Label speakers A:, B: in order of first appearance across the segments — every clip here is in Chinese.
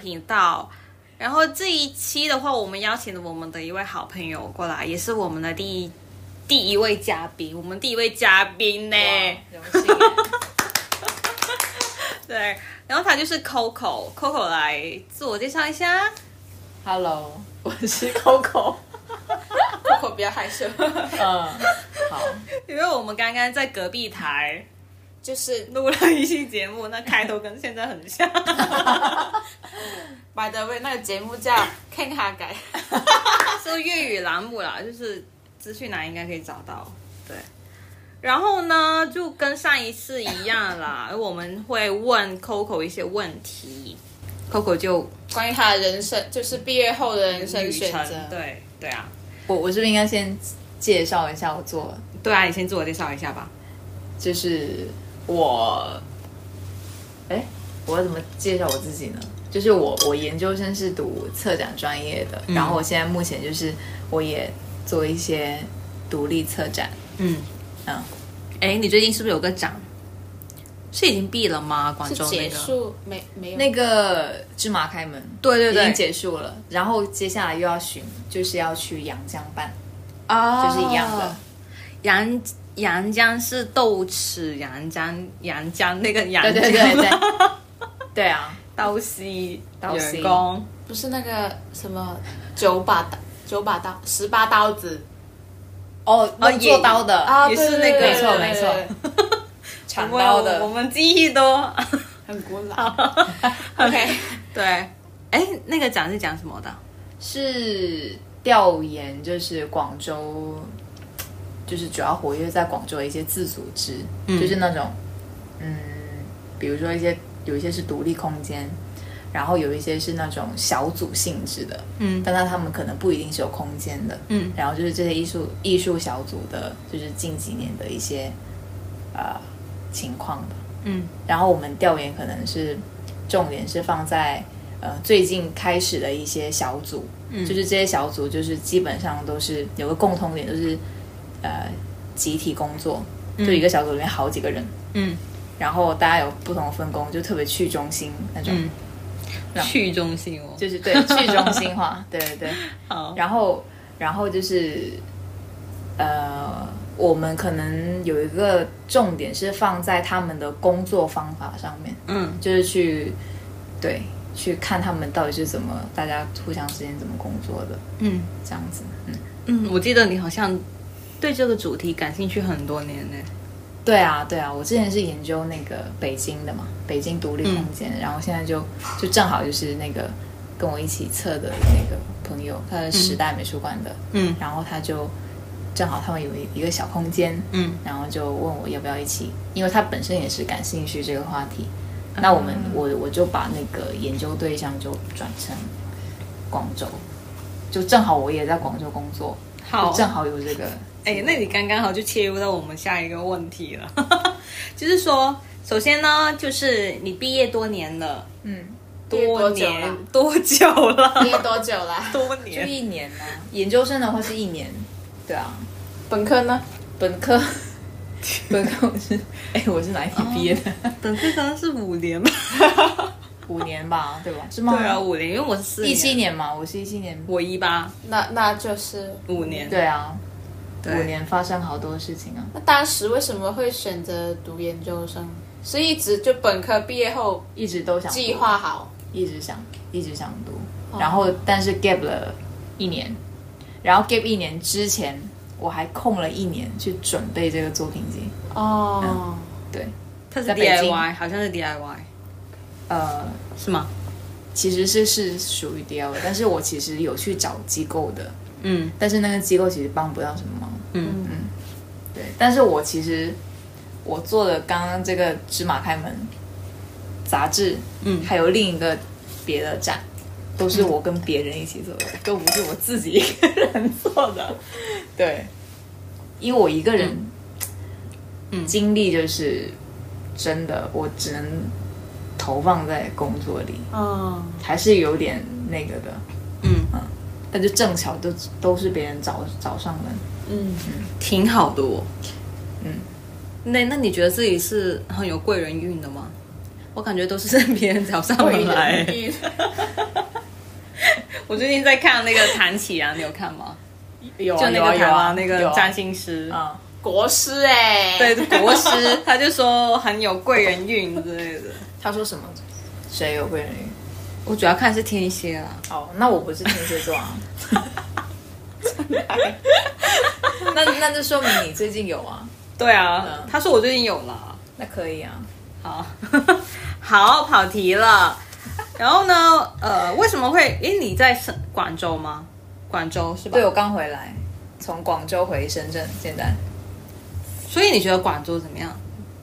A: 频道。然后这一期的话，我们邀请了我们的一位好朋友过来，也是我们的第一第一位嘉宾，我们第一位嘉宾呢。
B: 荣幸耶。
A: 对，然后他就是 Coco，Coco 来自我介绍一下。
B: Hello，我是 Coco。
C: 我比较害羞，
B: 嗯，好，
A: 因为我们刚刚在隔壁台
C: 就是
A: 录了一期节目，那开头跟现在很像。
C: By the way，那个节目叫 King 哈改，
A: 是粤语栏目啦，就是资讯栏应该可以找到。对，然后呢，就跟上一次一样啦，我们会问 Coco 一些问题，Coco 就
C: 关于他的人生，就是毕业后的人生
A: 旅
C: 选
A: 程
C: 择。，
A: 对对啊，
B: 我我是不是应该先介绍一下我做？
A: 对啊，你先自我介绍一下吧。
B: 就是我，哎，我要怎么介绍我自己呢？就是我，我研究生是读策展专业的，然后我现在目前就是我也做一些独立策展，
A: 嗯
B: 嗯，
A: 哎，你最近是不是有个展？是已经毕了吗？广
C: 是
A: 州那
C: 结
A: 个？
C: 束没没有
B: 那个芝麻开门，
A: 对对
B: 已经
A: 对，
B: 结束了，然后接下来又要巡，就是要去阳江办，
A: 啊
B: 就是一样的。
A: 阳阳江是豆豉阳江，阳江那个阳江，
B: 对 对对对，对啊，
A: 刀西刀
B: 西
A: 员工。
C: 不是那个什么九把刀、九把刀、十把刀子
B: 哦，弄
A: 也
B: 做刀的，
C: 啊
A: 也是那个
B: 没错没错，
A: 长
B: 长刀的
A: 我们记忆都
C: 很古老。OK，
A: 对。哎，那个展是讲什么的？
B: 是调研，就是广州，就是主要活跃在广州的一些自组织，就是那种，嗯，比如说一些有一些是独立空间，然后有一些是那种小组性质的，
A: 嗯
B: 但那他们可能不一定是有空间的，
A: 嗯，
B: 然后就是这些艺术艺术小组的，就是近几年的一些啊、呃情况吧，
A: 嗯
B: 然后我们调研可能是重点是放在呃最近开始的一些小组，
A: 嗯
B: 就是这些小组就是基本上都是有个共同点，就是呃集体工作，就一个小组里面好几个人，
A: 嗯
B: 然后大家有不同的分工，就特别去中心那种，
A: 嗯，
B: 那
A: 去中心哦。
B: 就是对去中心化，对对对，
A: 好，
B: 然后然后就是呃。我们可能有一个重点是放在他们的工作方法上面，
A: 嗯
B: 就是去对去看他们到底是怎么，大家互相之间怎么工作的
A: 嗯
B: 这样子。嗯，
A: 嗯，我记得你好像对这个主题感兴趣很多年呢。
B: 对啊，对啊，我之前是研究那个北京的嘛，北京独立空
A: 嗯
B: 间，然后现在就就正好就是那个跟我一起测的那个朋友，他是时代美术馆的，
A: 嗯
B: 然后他就正好他们有一一个小空间，
A: 嗯
B: 然后就问我要不要一起，因为他本身也是感兴趣这个话题。
A: 啊
B: 那我们我我就把那个研究对象就转成广州，就正好我也在广州工作，
A: 好
B: 就正好有这个。
A: 哎、那你刚刚好就切入到我们下一个问题了， 就是说，首先呢，就是你毕业多年了，
B: 嗯，
C: 毕业多久
A: 年
C: 了
A: 多久了？
C: 毕业多久啦？
A: 多
B: 就
A: 年，
B: 一年嘛、研究生的话是一年，对啊，
C: 本科呢？
B: 本科，本科我是，哎，我是哪一年毕业的？
A: 本科可能是五年吧。
B: 五年吧，对吧？是吗？
A: 对啊，，五年，因为我是四
B: 一七，年嘛，我是一七年。
A: 我一八，
C: 那那就是
A: 五年，
B: 对啊，
A: 对
B: 五年发生好多事情啊。
C: 那当时为什么会选择读研究生？是一直就本科毕业后
B: 一直都想读
C: 计划好，
B: 一直想，一直想读，然后但是 gap 了一年，然后 gap 一年之前，我还空了一年去准备这个作品集，
C: 哦，
B: 对，
A: 它是
B: 在北京
A: DIY，好像是 DIY，
B: 呃，
A: 是吗？
B: 其实是是属于 DIY，但是我其实有去找机构的，
A: 嗯
B: 但是那个机构其实帮不到什么忙，
A: 嗯
B: 嗯，对，但是我其实我做的刚刚这个芝麻开门杂志，
A: 嗯
B: 还有另一个别的展，都是我跟别人一起做的，都不是我自己一个人做的。 对，因为我一个人，
A: 嗯
B: 精力就是真的，我只能投放在工作里，
C: 嗯，
B: 还是有点那个的。
A: 嗯，
B: 但就正巧都都是别人找找上门，
C: 嗯，
A: 挺好的哦。
B: 嗯，
A: 那那你觉得自己 是很有贵人运的吗？我感觉都是别人找上
C: 贵
A: 门来，
C: 人运，
A: 我最近在看那个谭启然，你有看吗？
B: 有
A: 就
B: 啊
A: 那
B: 有啊
A: 个
B: 有
A: 台
B: 啊
A: 湾那个
B: 有啊
A: 占星师，
B: 啊，
C: 国师哎、
A: 对，国师，他就说很有贵人运之类的。
C: 他说什么？
B: 谁有贵人运？
A: 我主要看是天蝎啦，
B: 哦，那我不是天蝎座啊。 那那就说明你最近有啊，
A: 对啊，他说我最近有啦。
B: 那可以啊。
A: 好，好跑题了。然后呢，呃，为什么会？诶，你在深广州吗？广州是吧？
B: 对，我刚回来，从广州回深圳，现在
A: 所以你觉得广州怎么样？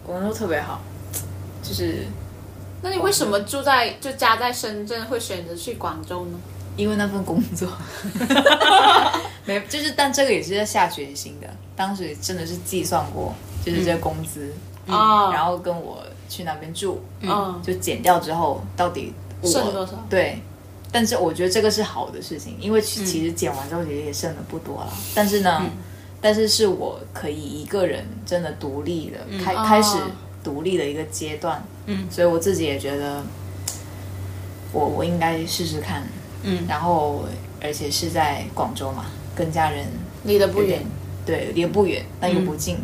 B: 广州特别好，就是
C: 那你为什么住在就家在深圳，会选择去广州呢？
B: 因为那份工 作，没就是，但这个也是在下决心的。当时真的是计算过，就是这个工资，
C: 哦
B: 然后跟我去那边住，
C: 嗯，
B: 就减掉之后到底我
C: 剩多少
B: 对，但是我觉得这个是好的事情，因为其其实减完之后其实也剩的不多了，但是呢，
C: 嗯
B: 但是是我可以一个人真的独立的、开
C: 哦
B: 开始独立的一个阶段，嗯，所以我自己也觉得，我我应该试试看，嗯，然后而且是在广州嘛，跟家人
C: 离得不
B: 有
C: 远嗯
B: 点，对也不远，但又不近，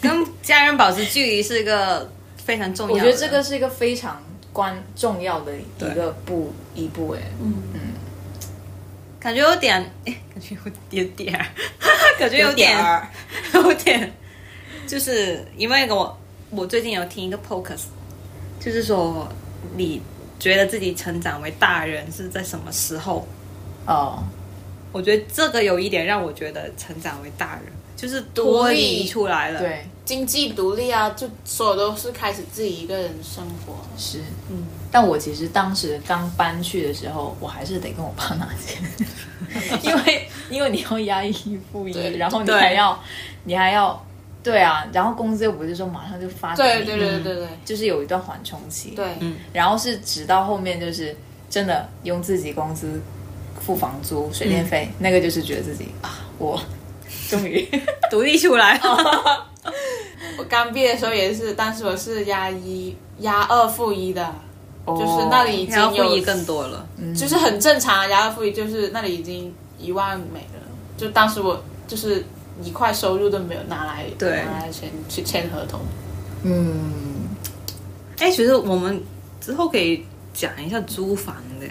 A: 跟家人保持距离是一个非常重要
B: 我
A: 的。
B: 觉得这个是一个非常关重要的一个步一步哎、
A: 感觉有点，诶感觉有点点儿， 感觉有
B: 点
A: 点
B: 儿
A: 有点，就是因为我我最近有听一个 podcast，就是说你觉得自己成长为大人是在什么时候？
B: 哦。
A: 我觉得这个有一点让我觉得成长为大人就是
C: 独
A: 脱
C: 立
A: 离出来了，，
B: 对，
C: 经济独立啊，就所有都是开始自己一个人生活。
B: 是，嗯。但我其实当时刚搬去的时候，我还是得跟我爸拿钱，因为因为你要押一付一，
C: 对
B: 然后你
A: 对
B: 还要你还要对啊，然后工资又不是说马上就发给
C: 对
B: 你
C: 对对对对
B: 就是有一段缓冲期，，
C: 对，嗯
B: 然后是直到后面就是真的用自己工资付房租、水电费，那个就是觉得自己啊，我终于
A: 独立出来了，
B: 哦
C: 我刚毕业的时候也是，当时我是压一压二付一的，就是那里已经
A: 然后
C: 有
A: 不一更多了，
C: 就是很正常啊，压二付一就是那里已经一万美了，就当时我就是一块收入都没有拿来，
A: 对
C: 拿来签去签合同。哦
B: 嗯，
A: 哎，其实我们之后可以讲一下租房的，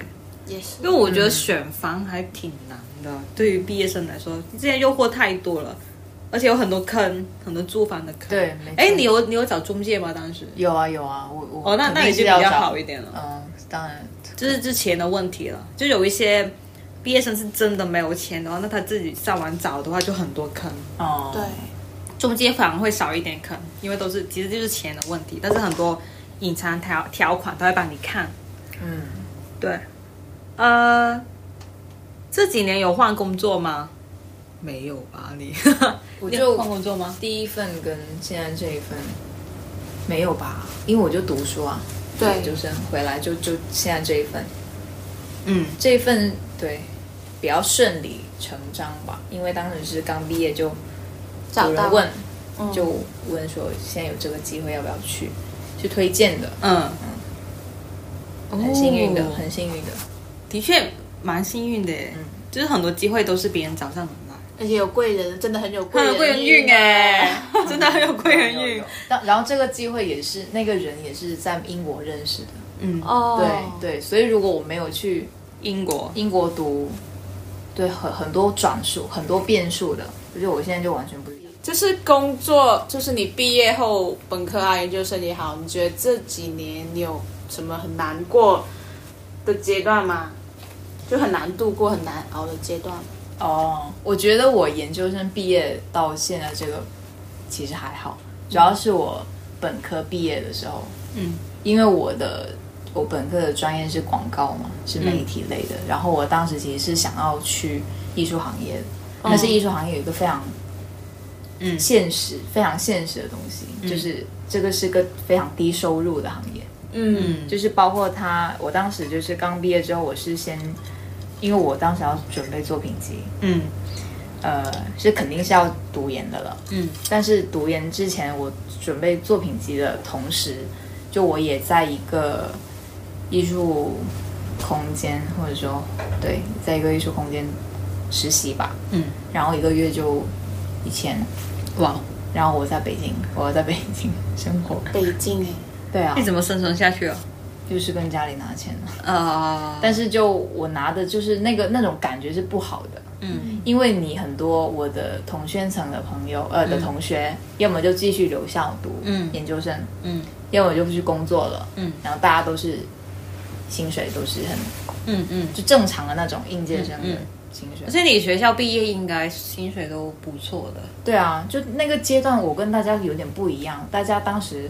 C: 也是
A: 因为我觉得
B: 嗯
A: 选房还挺难的，对于毕业生来说，现在诱惑太多了，而且有很多坑，很多租房的坑。
B: 对没错
A: 哎，你有你有找中介吗？当时？
B: 有啊有啊，我我
A: 哦，那
B: 肯
A: 那
B: 定
A: 已
B: 是
A: 经
B: 要
A: 比较
B: 找
A: 好一点了，
B: 嗯，当然，
A: 这是之前的问题了，就有一些毕业生是真的没有钱的话，那他自己上网找的话就很多坑，
B: 哦，
C: 对，
A: 中介反而会少一点坑，因为都是其实就是钱的问题，但是很多隐藏条条款他会帮你看。
B: 嗯，
A: 对，呃，这几年有换工作吗？没有吧， 你？
B: 我
A: 你
B: 就
A: 有换工作吗？
B: 第一份跟现在这一份没有吧，因为我就读书啊，
C: 对
B: 就是回来就就现在这一份，
A: 嗯
B: 这一份对比较顺理成章吧，因为当时是刚毕业就
C: 找
B: 有
C: 到
B: 人问，
C: 嗯
B: 就问说现在有这个机会要不要去，去推荐的，
A: 嗯，
B: 很幸运的，
A: 哦
B: 很幸运的，
A: 的确蛮幸运的耶，就是很多机会都是别人找上门来，
C: 而且有贵人，啊真的很有贵
A: 很有贵人运哎， 真的很有贵人
B: 有
A: 运
B: 有。但然后这个机会也是那个人也是在英国认识的，
A: 嗯，
C: 哦，
B: 对对，所以如果我没有去
A: 英国
B: 英国读，对很很多转数，很多变数的，我觉得我现在就完全不一样。
C: 就是工作，就是你毕业后本科啊、研究生也好，你觉得这几年你有什么很难过的阶段吗？就很难度过、很难熬的阶段。
B: 哦，我觉得我研究生毕业到现在这个其实还好，主要是我本科毕业的时候，
A: 嗯，
B: 因为我的我本科的专业是广告嘛，是媒体类
A: 嗯
B: 的，然后我当时其实是想要去艺术行业的，但是艺术行业有一个非常。
A: 哦嗯
B: 现实非常现实的东西，就是这个是个非常低收入的行业，
C: 嗯
B: 就是包括他，我当时就是刚毕业之后，我是先，因为我当时要准备作品集，
A: 嗯
B: 呃，是肯定是要读研的了，
A: 嗯，
B: 但是读研之前，我准备作品集的同时，就我也在一个艺术空间，或者说对，在一个艺术空间实习吧，
A: 嗯，
B: 然后一个月就一千，
A: 哇，
B: 然后我在北京，我要在北京生活，
C: 北京哎，
B: 对啊
A: 你，怎么生存下去哦？
B: 就是跟家里拿钱啊
A: 啊、
B: 但是就我拿的就是那个那种感觉是不好的，
A: 嗯，
B: 因为你很多我的同圈层的朋友呃的同学，要么就继续留校读，
A: 嗯
B: 研究生，
A: 嗯，
B: 要么就去工作了，
A: 嗯，
B: 然后大家都是薪水都是很
A: 嗯嗯，
B: 就正常的那种应届生
A: 嗯
B: 的
A: 嗯
B: 薪水，
A: 所以你学校毕业应该薪水都不错的，
B: 对啊，就那个阶段我跟大家有点不一样，大家当时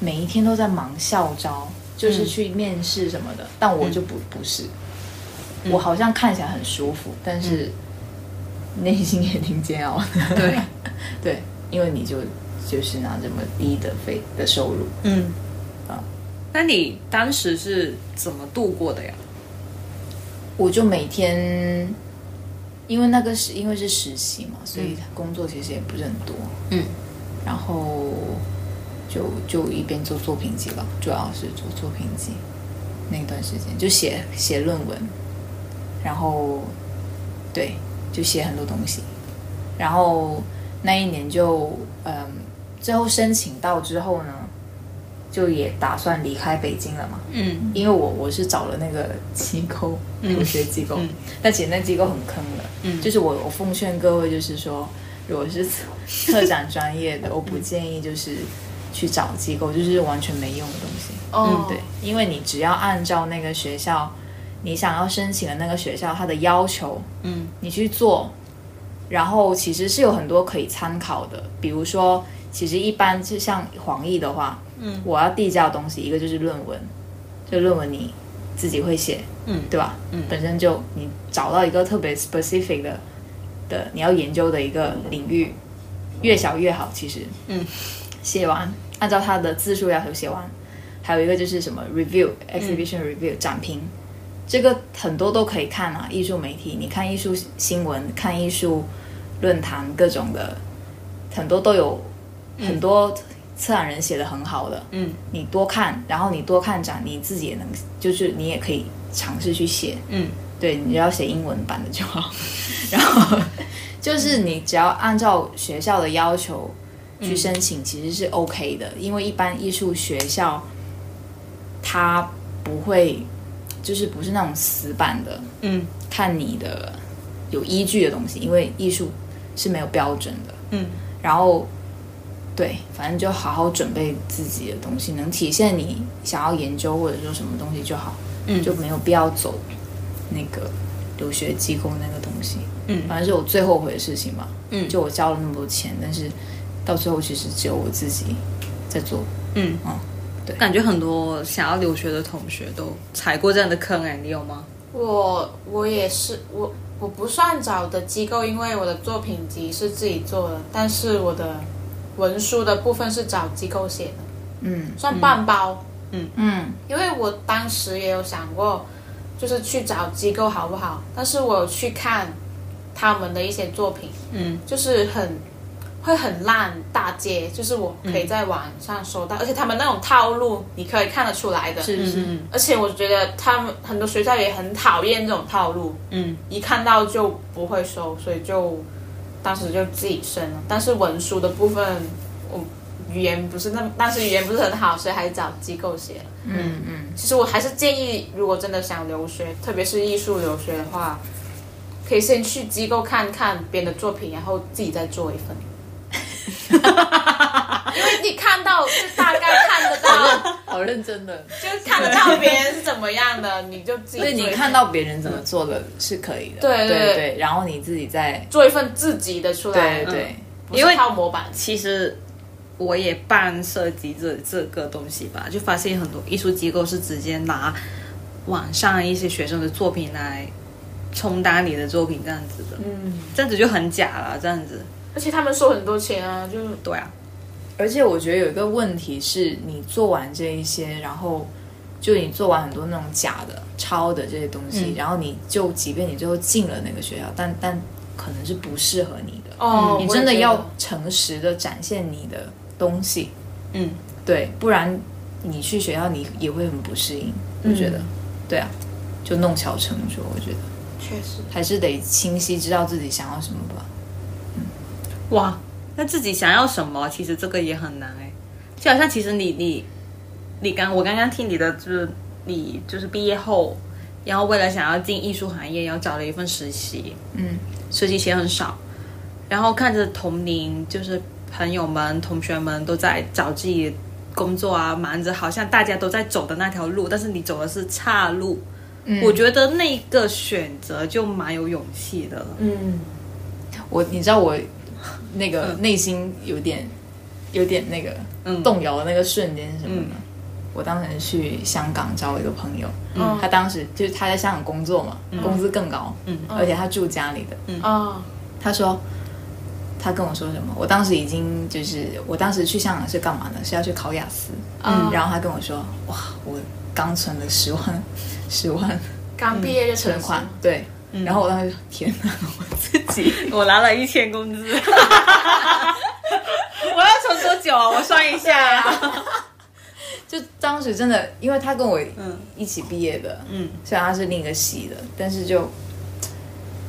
B: 每一天都在忙校招，就是去面试什么的，但我就不不是，我好像看起来很舒服，但是内心也挺煎熬的。
A: 对，
B: 对，因为你就就是拿这么低的费的收入，
A: 嗯，
B: 啊，
A: 那你当时是怎么度过的呀？
B: 我就每天，因为那个是因为是实习嘛，所以工作其实也不是很多，
A: 嗯，
B: 然后就就一边做作品集吧，主要是做作品集那段时间就写写论文，然后对就写很多东西，然后那一年就嗯，最后申请到之后呢，就也打算离开北京了嘛，
A: 嗯
B: 因为我我是找了那个机构，留学机构，
A: 嗯
B: 但其实那机构很坑的，
A: 嗯
B: 就是我我奉劝各位，就是说，如果是策策展专业的，我 不建议就是去找机构，就是完全没用的东西，
A: 嗯
C: 哦，
B: 对，因为你只要按照那个学校，你想要申请的那个学校它的要求，
A: 嗯
B: 你去做，然后其实是有很多可以参考的，比如说，其实一般就像黄奕的话，
A: 嗯，
B: 我要递交的东西，一个就是论文，就论文你自己会写，
A: 嗯
B: 对吧？
A: 嗯
B: 本身就你找到一个特别 specific 的的你要研究的一个领域，越小越好，其实，
A: 嗯，
B: 写完按照它的字数要求写完，还有一个就是什么 review exhibition review、展评。这个很多都可以看啊，艺术媒体，你看艺术新闻，看艺术论坛，各种的，很多都有，很多策展人写的很好的，
A: 嗯
B: 你多看，然后你多看展，你自己也能，就是你也可以尝试去写，
A: 嗯
B: 对，你只要写英文版的就好。 然后就是你只要按照学校的要求去申请，其实是 OK 的，因为一般艺术学校它不会，就是不是那种死板的，
A: 嗯
B: 看你的有依据的东西，因为艺术是没有标准的。
A: 嗯
B: 然后，对，反正就好好准备自己的东西，能体现你想要研究或者说什么东西就好，
A: 嗯
B: 就没有必要走那个留学机构那个东西。
A: 嗯
B: 反正是我最后悔的事情吧。
A: 嗯
B: 就我交了那么多钱，但是到最后其实只有我自己在做。
A: 嗯
B: 嗯，
A: 对，感觉很多想要留学的同学都踩过这样的坑哎，你有吗？
C: 我我也是，我我不算找的机构，因为我的作品集是自己做的，但是我的文书的部分是找机构写的，
B: 嗯
C: 算半包。
B: 嗯
C: 因为我当时也有想过，就是去找机构好不好？但是我有去看他们的一些作品，
A: 嗯，
C: 就是很会很烂大街，就是我可以在网上搜到，而且他们那种套路你可以看得出来的。
B: 是是
C: 嗯而且我觉得他们很多学校也很讨厌这种套路，
A: 嗯，
C: 一看到就不会收，所以就当时就自己申了。但是文书的部分，我语言不是那，当时语言不是很好，所以还是找机构写了。
B: 嗯嗯
C: 其实我还是建议，如果真的想留学，特别是艺术留学的话，可以先去机构看看别人的作品，然后自己再做一 份。因为你看到就大概看得到，
B: 好认真的。
C: 就是看得到别人是怎么样的，你就自
B: 所
C: 己做一
B: 以
C: 份。
B: 你看到别人怎么做的是可以的，
C: 对对
B: 对
C: 对啊
B: 对，然后你自己再
C: 做一份自己的出来，
B: 对对
C: 不是靠模板。
A: 其实我也半涉及这这个东西吧，就发现很多艺术机构是直接拿网上一些学生的作品来充当你的作品这样子的，
C: 嗯，
A: 这样子就很假了，这样子，
C: 而且他们收很多钱啊，就
A: 对啊，
B: 而且我觉得有一个问题是，你做完这一些，然后就你做完很多那种假的、抄的这些东西，
A: 嗯
B: 然后你就即便你最后进了那个学校，但但可能是不适合你的。
C: 哦，
B: 嗯你
C: 我也
B: 真的
C: 觉得
B: 要诚实的展现你的东西，
A: 嗯，
C: 嗯
B: 对，不然你去学校你也会很不适应，我觉得，对啊，就弄巧成拙。我觉得
C: 确实，
B: 还是得清晰知道自己想要什么吧。
A: 哇，那自己想要什么，其实这个也很难哎。就好像其实你你你刚我刚刚听你的，就是你就是毕业后，然后为了想要进艺术行业，然后找了一份实习，
B: 嗯，
A: 实习钱很少，然后看着同龄就是朋友们、同学们都在找自己工作啊，忙着好像大家都在走的那条路，但是你走的是岔路，我觉得那个选择就蛮有勇气的。
C: 嗯，
B: 我你知道我那个内心有点有点那个
A: 嗯，
B: 动摇的那个瞬间是什么呢？我当时去香港找我一个朋友，
C: 嗯
B: 他当时就是他在香港工作嘛，工资更高，
A: 嗯
B: 而且他住家里的。
C: 啊，
B: 他说，他跟我说什么？我当时已经就是，我当时去香港是干嘛呢？是要去考雅思。
C: 嗯
B: 然后他跟我说，哇，我刚存了十万，十万
C: 刚毕业就成
B: 嗯存
C: 事
B: 款，嗯对。然后我当时就天哪，我自己
A: 我拿了一千工资， 我要存多久啊？我算一下、
B: 就当时真的，因为他跟我
A: 嗯
B: 一起毕业的，
A: 嗯，
B: 虽然他是另一个系的，但是就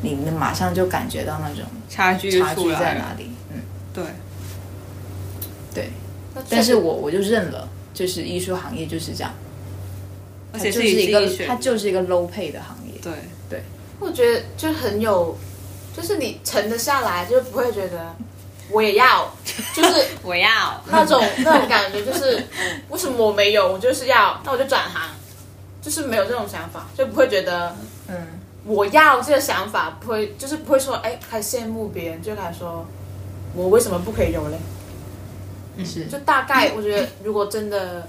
B: 你能马上就感觉到那种
A: 差距就
B: 差
A: 出
B: 距
A: 来
B: 在
A: 了。
B: 哪里。嗯，
A: 对，
B: 对。
C: 那确实
B: 但是我我就认了，就是艺术行业就是这样，
A: 而
B: 它
A: 且
B: 就是
A: 自己
B: 一个
A: 自己选
B: 它就是一个 low pay 的行业。
A: 对，
C: 我觉得就很有，就是你沉得下来，就不会觉得我也要， 就是
A: 我要
C: 那种那种感觉，就是为什么我没有，我就是要，那我就转行，就是没有这种想法，就不会觉得
B: 嗯，
C: 我要这个想法，不会就是不会说哎，开始羡慕别人，就开始说我为什么不可以有嘞？
B: 嗯是
C: 就大概我觉得，如果真的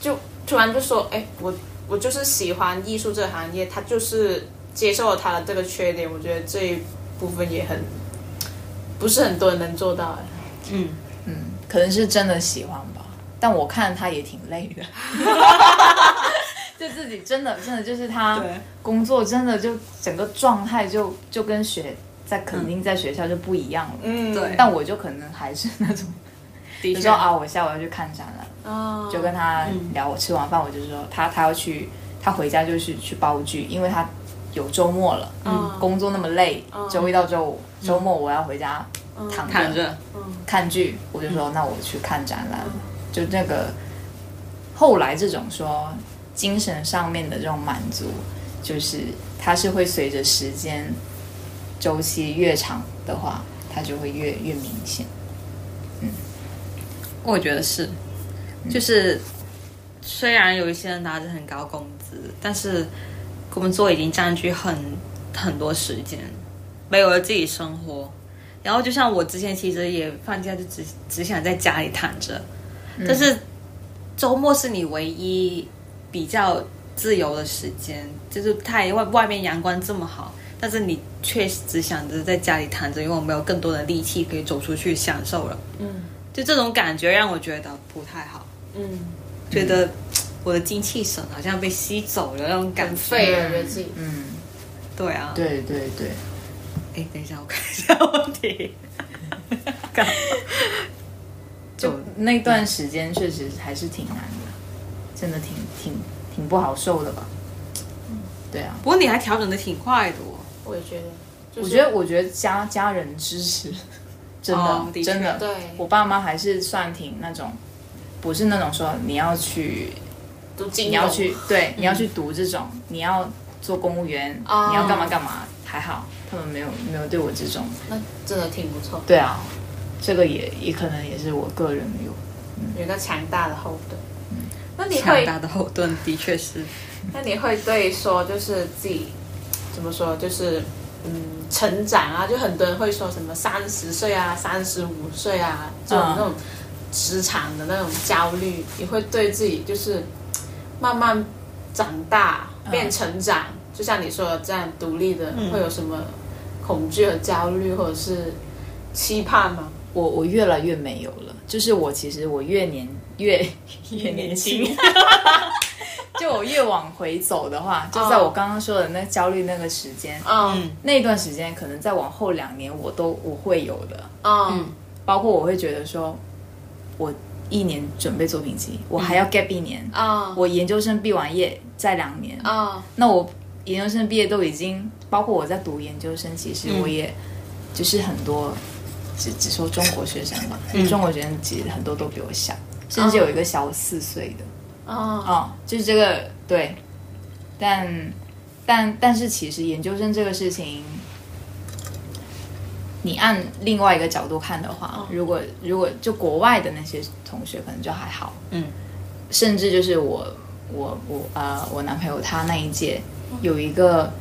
C: 就突然就说，哎，我我就是喜欢艺术这个行业，他就是接受了他的这个缺点，我觉得这一部分也很不是很多人能做到。哎
B: 嗯，可能是真的喜欢吧。但我看他也挺累 的，就自己真的真的就是他
A: 对
B: 工作真的就整个状态就就跟学在肯定在学校就不一样了。
C: 嗯
A: 对
B: 但我就可能还是那种，
A: 的
B: 就
A: 确
B: 说啊，我下午要去看展览，
C: 啊，
B: 就跟他聊。我吃完饭，我就说他他要去，他回家就去去煲剧，因为他有周末了，
C: 嗯
B: 工作那么累，周一到周五，周末我要回家躺
A: 躺着，
B: 看剧，我就说那我去看展览了。就那个后来这种说精神上面的这种满足，就是它是会随着时间周期越长的话，它就会越越明显。
A: 我觉得是，就是虽然有一些人拿着很高工资，但是工作已经占据很很多时间，没有了自己生活。然后就像我之前其实也放假就只只想在家里躺着，但是周末是你唯一比较自由的时间，就是太外外面阳光这么好，但是你却只想着在家里躺着，因为我没有更多的力气可以走出去享受了。
C: 嗯
A: 就这种感觉让我觉得不太好，
C: 嗯，
A: 觉得我的精气神好像被吸走了那种感
C: 很
A: 觉。
C: 废了，觉得自己。
B: 嗯，
A: 对啊，
B: 对对对，
A: 哎，等一下，我看一下问 题。干嘛
B: 就那段时间确实还是挺难的，真的挺挺挺不好受的吧。
C: 嗯
B: 对啊，
A: 不过你还调整的挺快的哦。
C: 我也觉得，就是、
B: 我觉得我觉得家家人支持，真的、
A: 哦的确
B: 真的，
C: 对
B: 我爸妈还是算挺那种，不是那种说你要去
C: 读金融
B: 你要去对你要去读这种，你要做公务员，
C: 哦
B: 你要干嘛干嘛，还好他们没有没有对我这种，
C: 那真的挺不错，
B: 对啊，这个也也可能也是我个人有，
C: 有一个强大的后盾。那你
A: 强
C: 会
A: 大的后盾的确是，
C: 那你会对说就是自己怎么说就是嗯成长啊，就很多人会说什么三十岁啊、三十五岁啊这种、
B: 嗯
C: 那种职场的那种焦虑，你会对自己就是慢慢长大变成长，就像你说的这样独立的，会有什么恐惧和焦虑或者是期盼吗？
B: 我我越来越没有了，就是我其实我越年越越年轻， 就我越往回走的话，就在我刚刚说的那焦虑那个时间，
C: 嗯
B: 那段时间，可能再往后两年，我都我会有的，
C: 嗯
B: 包括我会觉得说，我一年准备作品集，我还要 gap 一年，
C: 啊
B: 我研究生毕完业再两年，
C: 啊
B: 那我研究生毕业都已经，包括我在读研究生，其实我也就是很多，只只说中国学生吧，中国学生其实很多都比我小，甚至有一个小我四岁的，
C: 啊
B: 哦，就是这个对，但但但是其实研究生这个事情。你按另外一个角度看的话，
A: 嗯
B: 如果如果就国外的那些同学，可能就还好，
A: 嗯，
B: 甚至就是我我我呃我男朋友他那一届
A: 嗯
B: 有一个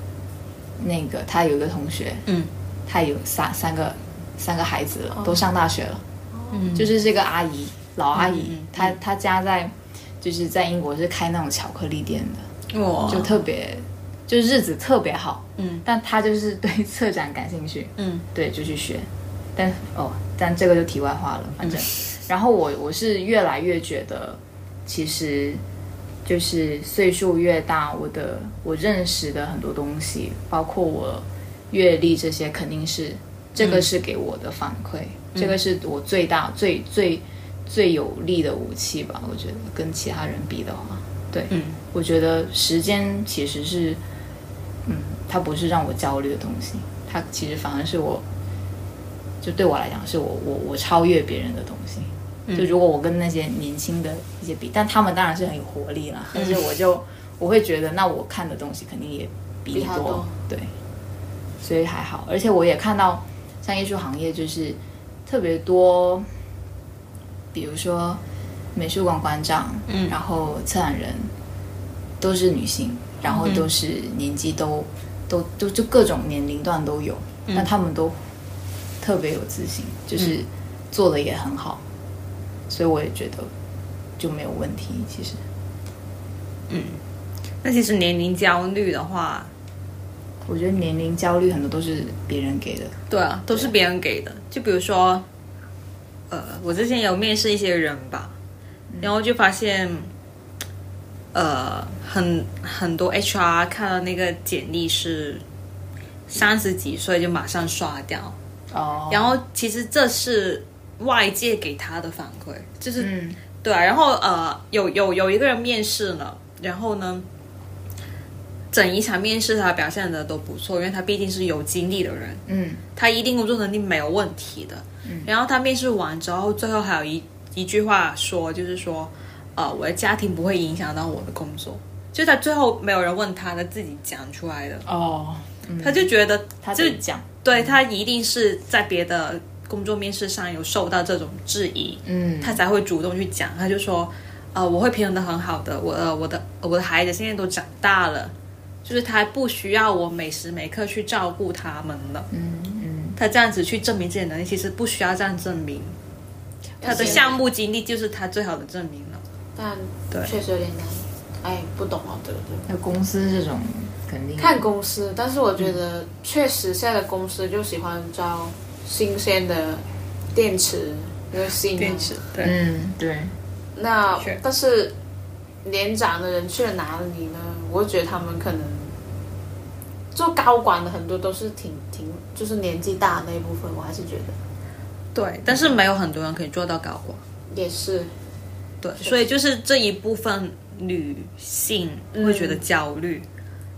B: 那个他有一个同学，
A: 嗯，哦
B: 他有三三个三个孩子了，都上大学了，
A: 嗯
B: 就是这个阿姨老阿姨，
A: 嗯嗯嗯
B: 她她家在就是在英国是开那种巧克力店的，
A: 我
B: 就特别就日子特别好，
A: 哦嗯，
B: 但她就是对策展感兴趣，
A: 嗯
B: 对，就去学。但哦，但这个就题外话
A: 嗯
B: 了，反正。然后我我是越来越觉得，其实就是岁数越大，我的我认识的很多东西，包括我阅历这些，肯定是这
A: 嗯
B: 个是给我的反馈，这个是我最大最最最有力的武器吧。我觉得跟其他人比的话，对，
A: 嗯
B: 我觉得时间其实是，嗯，它不是让我焦虑的东西，它其实反而是我，就对我来讲，是我我我超越别人的东西。
C: 嗯
B: 就如果我跟那些年轻的一些比，但他们当然是很有活力
C: 嗯
B: 啦，但是我就我会觉得，那我看的东西肯定也比你
C: 比他多
B: 对，所以还好。而且我也看到，像艺术行业就是特别多，比如说美术馆馆长，嗯，然后策展人都是女性，然后都是年纪都、都都就各种年龄段都有，但他们都特别有自信，就是做的也很好，所以我也觉得就没有问题。其实
A: 那其实年龄焦虑的话，
B: 我觉得年龄焦虑很多都是别人给的，
A: 对啊，都是别人给的。就比如说，呃，我之前有面试一些人吧，然后就发现，呃，很很多 HR 看到那个简历是三十几岁就马上刷掉，
B: 哦，
A: 然后其实这是外界给他的反馈，就是
B: 嗯
A: 对啊，然后呃，有有有一个人面试了，然后呢，整一场面试他表现的都不错，因为他毕竟是有经历的人，
B: 嗯
A: 他一定工作能力没有问题的。然后他面试完之后，最后还有一一句话说，就是说，呃，我的家庭不会影响到我的工作。就他最后没有人问他，他自己讲出来的，
B: 哦，嗯
A: 他就觉得
B: 他
A: 就
B: 就讲，
A: 对他一定是在别的工作面试上有受到这种质疑，
B: 嗯
A: 他才会主动去讲。他就说，呃，我会平衡的很好的，我呃我的我的孩子现在都长大了，就是他不需要我每时每刻去照顾他们了。
B: 嗯嗯，
A: 他这样子去证明自己的能力，其实不需要这样证明。他的项目经历就是他最好的证明了。
C: 但
A: 对
C: 确实有点难。哎，不懂哦，这个这个
B: 那公司这种肯定
C: 看公司，但是我
B: 嗯
C: 觉得确实现在的公司就喜欢招新鲜的电池，因为新嘛，
A: 对，
B: 嗯对，
C: 那
A: 的确
C: 但是年长的人去了哪里呢？我觉得他们可能做高管的很多都是挺挺，就是年纪大的那一部分，我还是觉得
A: 对，但是没有很多人可以做到高管。
C: 也是
A: 对，所以就是这一部分女性会觉得焦虑，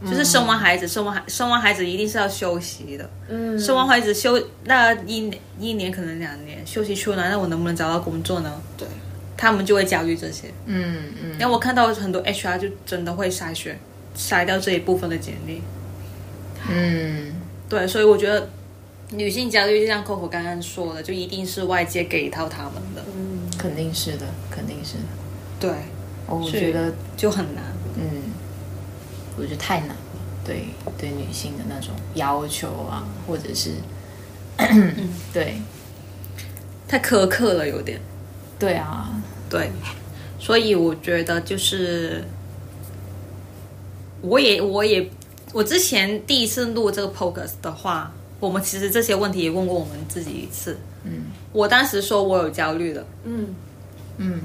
A: 就是生完孩子，生完孩生完孩子一定是要休息的，嗯，生完孩子休那一年一年可能两年休息出来，那我能不能找到工作呢？
C: 对，
A: 他们就会焦虑这些。
B: 嗯嗯，
A: 然后我看到很多 HR 就真的会筛选筛掉这一部分的简历，
B: 嗯
A: 对，所以我觉得女性焦虑就像 Coco 刚刚说的，就一定是外界给到他们的，
C: 嗯
B: 肯定是的，肯定是的。
A: 对，
B: 哦，我
A: 是
B: 觉得
A: 就很难。
B: 嗯，我觉得太难了，对对女性的那种要求啊，或者是，嗯对
A: 太苛刻了，有点。
B: 对啊，
A: 对，所以我觉得就是，我也我也我之前第一次录这个 podcast 的话，我们其实这些问题也问过我们自己一次。
B: 嗯，
A: 我当时说我有焦虑的，
C: 嗯
B: 嗯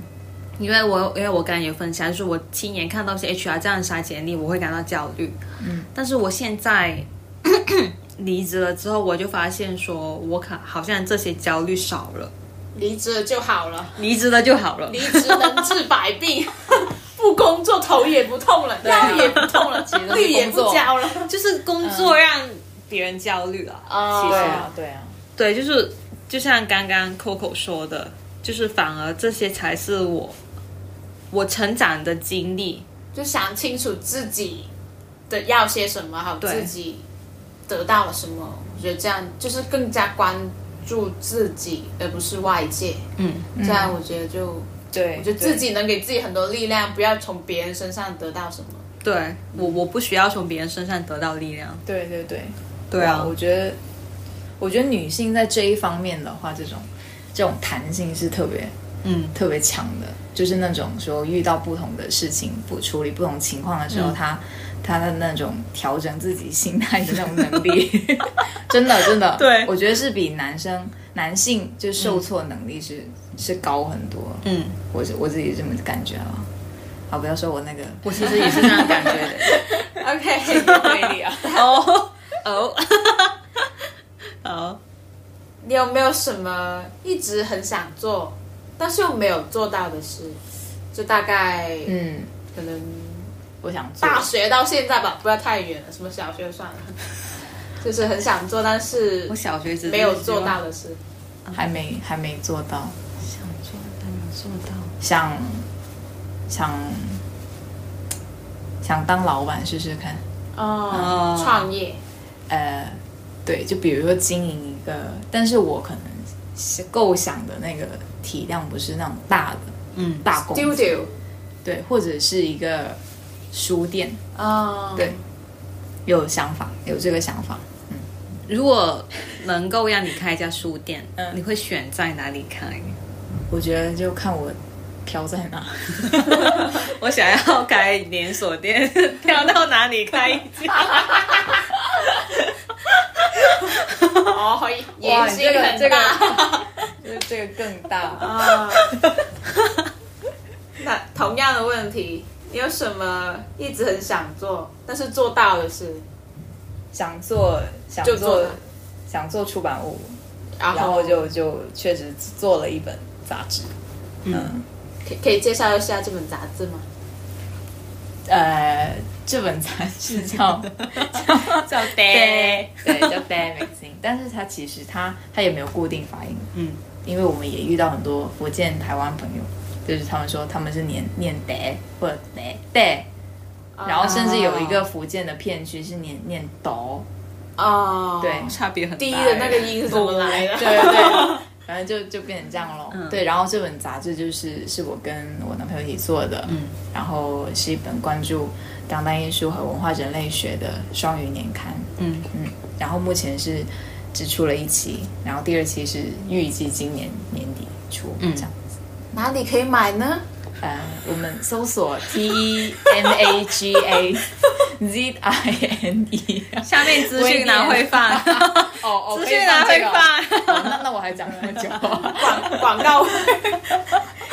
A: 因为我因为我刚才也分享，就是我亲眼看到一些 HR 这样筛简历，我会感到焦虑。
B: 嗯，
A: 但是我现在 离职了之后，我就发现说我可好像这些焦虑少了。
C: 离职了就好了，
A: 离职了就好了
C: 离。职能治百病， 不工作头也不痛了，腰也不痛了
B: 啊 其实，都是
C: 绿也
B: 工
C: 不
B: 作
C: 交了。
A: 就是工作让别人焦虑啊。
C: 哦
A: 其
B: 对
A: 实
B: 啊，对啊，
A: 对，就是就像刚刚 Coco 说的，就是反而这些才是我我成长的经历。
C: 就想清楚自己的要些什么，还有
A: 对
C: 自己得到了什么。我觉得这样就是更加关注自己，而不是外界。
A: 嗯，
C: 这样我觉得就，
B: 对，
C: 我觉得自己能给自己很多力量，不要从别人身上得到 什么。
A: 对我我不需要从别人身上得到力量。
B: 对对对。
A: 对啊，
B: 我觉得，我觉得女性在这一方面的话，这种这种弹性是特别
A: 嗯
B: 特别强的，就是那种说遇到不同的事情，不处理不同情况的时
A: 嗯
B: 候，她她的那种调整自己心态的那种能力， 真的真的，
A: 对
B: 我觉得是比男生男性就受挫能力是、是高很多，
A: 嗯，
B: 我是我自己这么感觉啊。好，不要说我那个，
A: 我其实也是这样感觉的。
C: OK，
B: 魅力啊，
A: 哦哦， 好，
C: 你有没有什么一直很想做，但是又没有做到的事？就大概
B: 嗯，
C: 可能
B: 我想做
C: 大学到现在吧，不要太远了，什么小学算了。就是很想做，但是
A: 我小学只
C: 没有做到，的事。
B: 还没还没做到，
A: 想做但没有做到。
B: 想想想当老板试试看。
C: 哦，创业，
B: 呃，对，就比如说经营一个，但是我可能是构想的那个体量不是那种大的
A: 嗯，
B: 大公司，
C: studio，
B: 对，或者是一个书店，
C: 哦，
B: 对，有想法，有这个想法。
A: 如果能够让你开一家书店，
B: 嗯
A: 你会选在哪里 开？
B: 我觉得就看我飘在哪，
A: 我想要开连锁店， 跳到哪里开一家？
C: 哦，可以，野心 很大，
B: 这个就是这个更大。
C: 啊。那同样的问题，你有什么一直很想做，但是做到的事？
B: 想做想
C: 就做啊
B: 做
C: 了
B: 想做出版物，
C: 然
B: 然后就就确实做了一本杂志，嗯，
C: 可可以介绍一下这本杂志吗？
B: 呃，这本杂志叫
A: 叫
B: 对，对叫 Bear Magazine，但是它其实它它也没有固定发音，
A: 嗯，
B: 因为我们也遇到很多福建、台湾朋友，就是他们说他们是念念 Bear 或者 Bear Bear，然后甚至有一个福建的片区是念念刀，
C: 哦，
B: 对
A: 差别很大。
C: 第一的那个音是怎么来的？
B: 对对对，反正就就变成这样咯。
A: 嗯
B: 对，然后这本杂志就是是我跟我男朋友一起做的，
A: 嗯
B: 然后是一本关注当代艺术和文化人类学的双语年刊，
A: 嗯
B: 嗯，然后目前是只出了一期，然后第二期是预计今年年底出，
A: 嗯
B: 这样子。
C: 哪里可以买呢？
B: 呃，我们搜索 T E M A G A Z I N E，
A: 下面资讯栏会放，
B: 哦哦，
A: 资讯 栏会
B: 发。
A: 放。
B: 哦那那我还讲那么 久、
C: 广广告，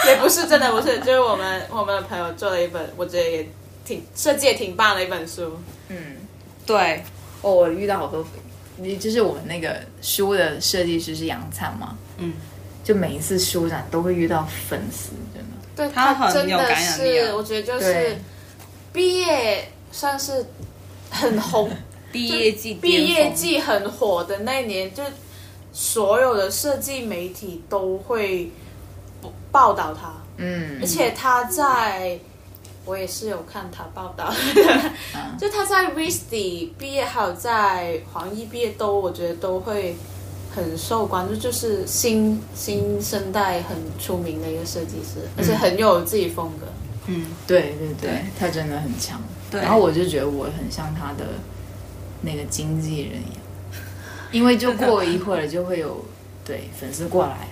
C: 也不是真的，不是，就是我们我们的朋友做了一本，我觉得也挺设计也挺棒的一本书。
B: 嗯，
A: 对，
B: 哦，我遇到好多，你就是我们那个书的设计师是杨灿嘛，
A: 嗯，
B: 就每一次书展都会遇到粉丝，真的。
C: 对
A: 他
C: 他
A: 很
C: 真
A: 有
C: 的
A: 感染力啊
C: 是，我觉得就是
B: 对
C: 毕业算是很红，
A: 毕业季，
C: 毕业，季很火的那一年，就所有的设计媒体都会报道他，
B: 嗯
C: 而且他在。我也是有看他报道，
A: 嗯
C: 就他在 Wisdy 毕业，还有在黄奕毕业都，我觉得都会很受关注，就是新新生代很出名的一个设计师，而且很有自己风格。
A: 嗯，
B: 对对对，他真的很强。
A: 对
B: 然后我就觉得我很像他的那个经纪人一样，因为就过一会儿就会有对粉丝过来，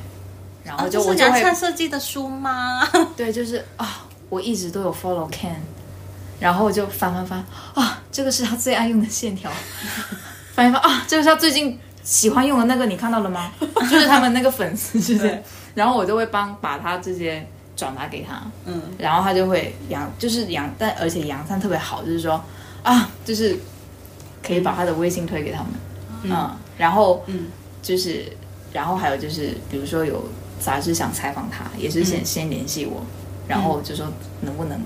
B: 然后
A: 啊，
B: 哦就、
A: 这是
B: 我就
A: 杨
B: 会
A: 灿设计的书吗？
B: 对，就是啊，我一直都有 follow Ken，然后我就翻翻翻啊，这个是他最爱用的 线条，翻一翻啊，这个是他最近喜欢用的那个，你看到了吗？就是他们那个粉丝之间
A: 对，
B: 然后我就会帮把他这些转达给他，
A: 嗯，
B: 然后他就会杨就是杨，但而且杨灿特别好，就是说啊，就是可以把他的微信推给他们，嗯，然后
A: 嗯
B: 就是然后还有就是比如说有杂志想采访他，也
A: 嗯
B: 是先、先联系我，然后就说能不能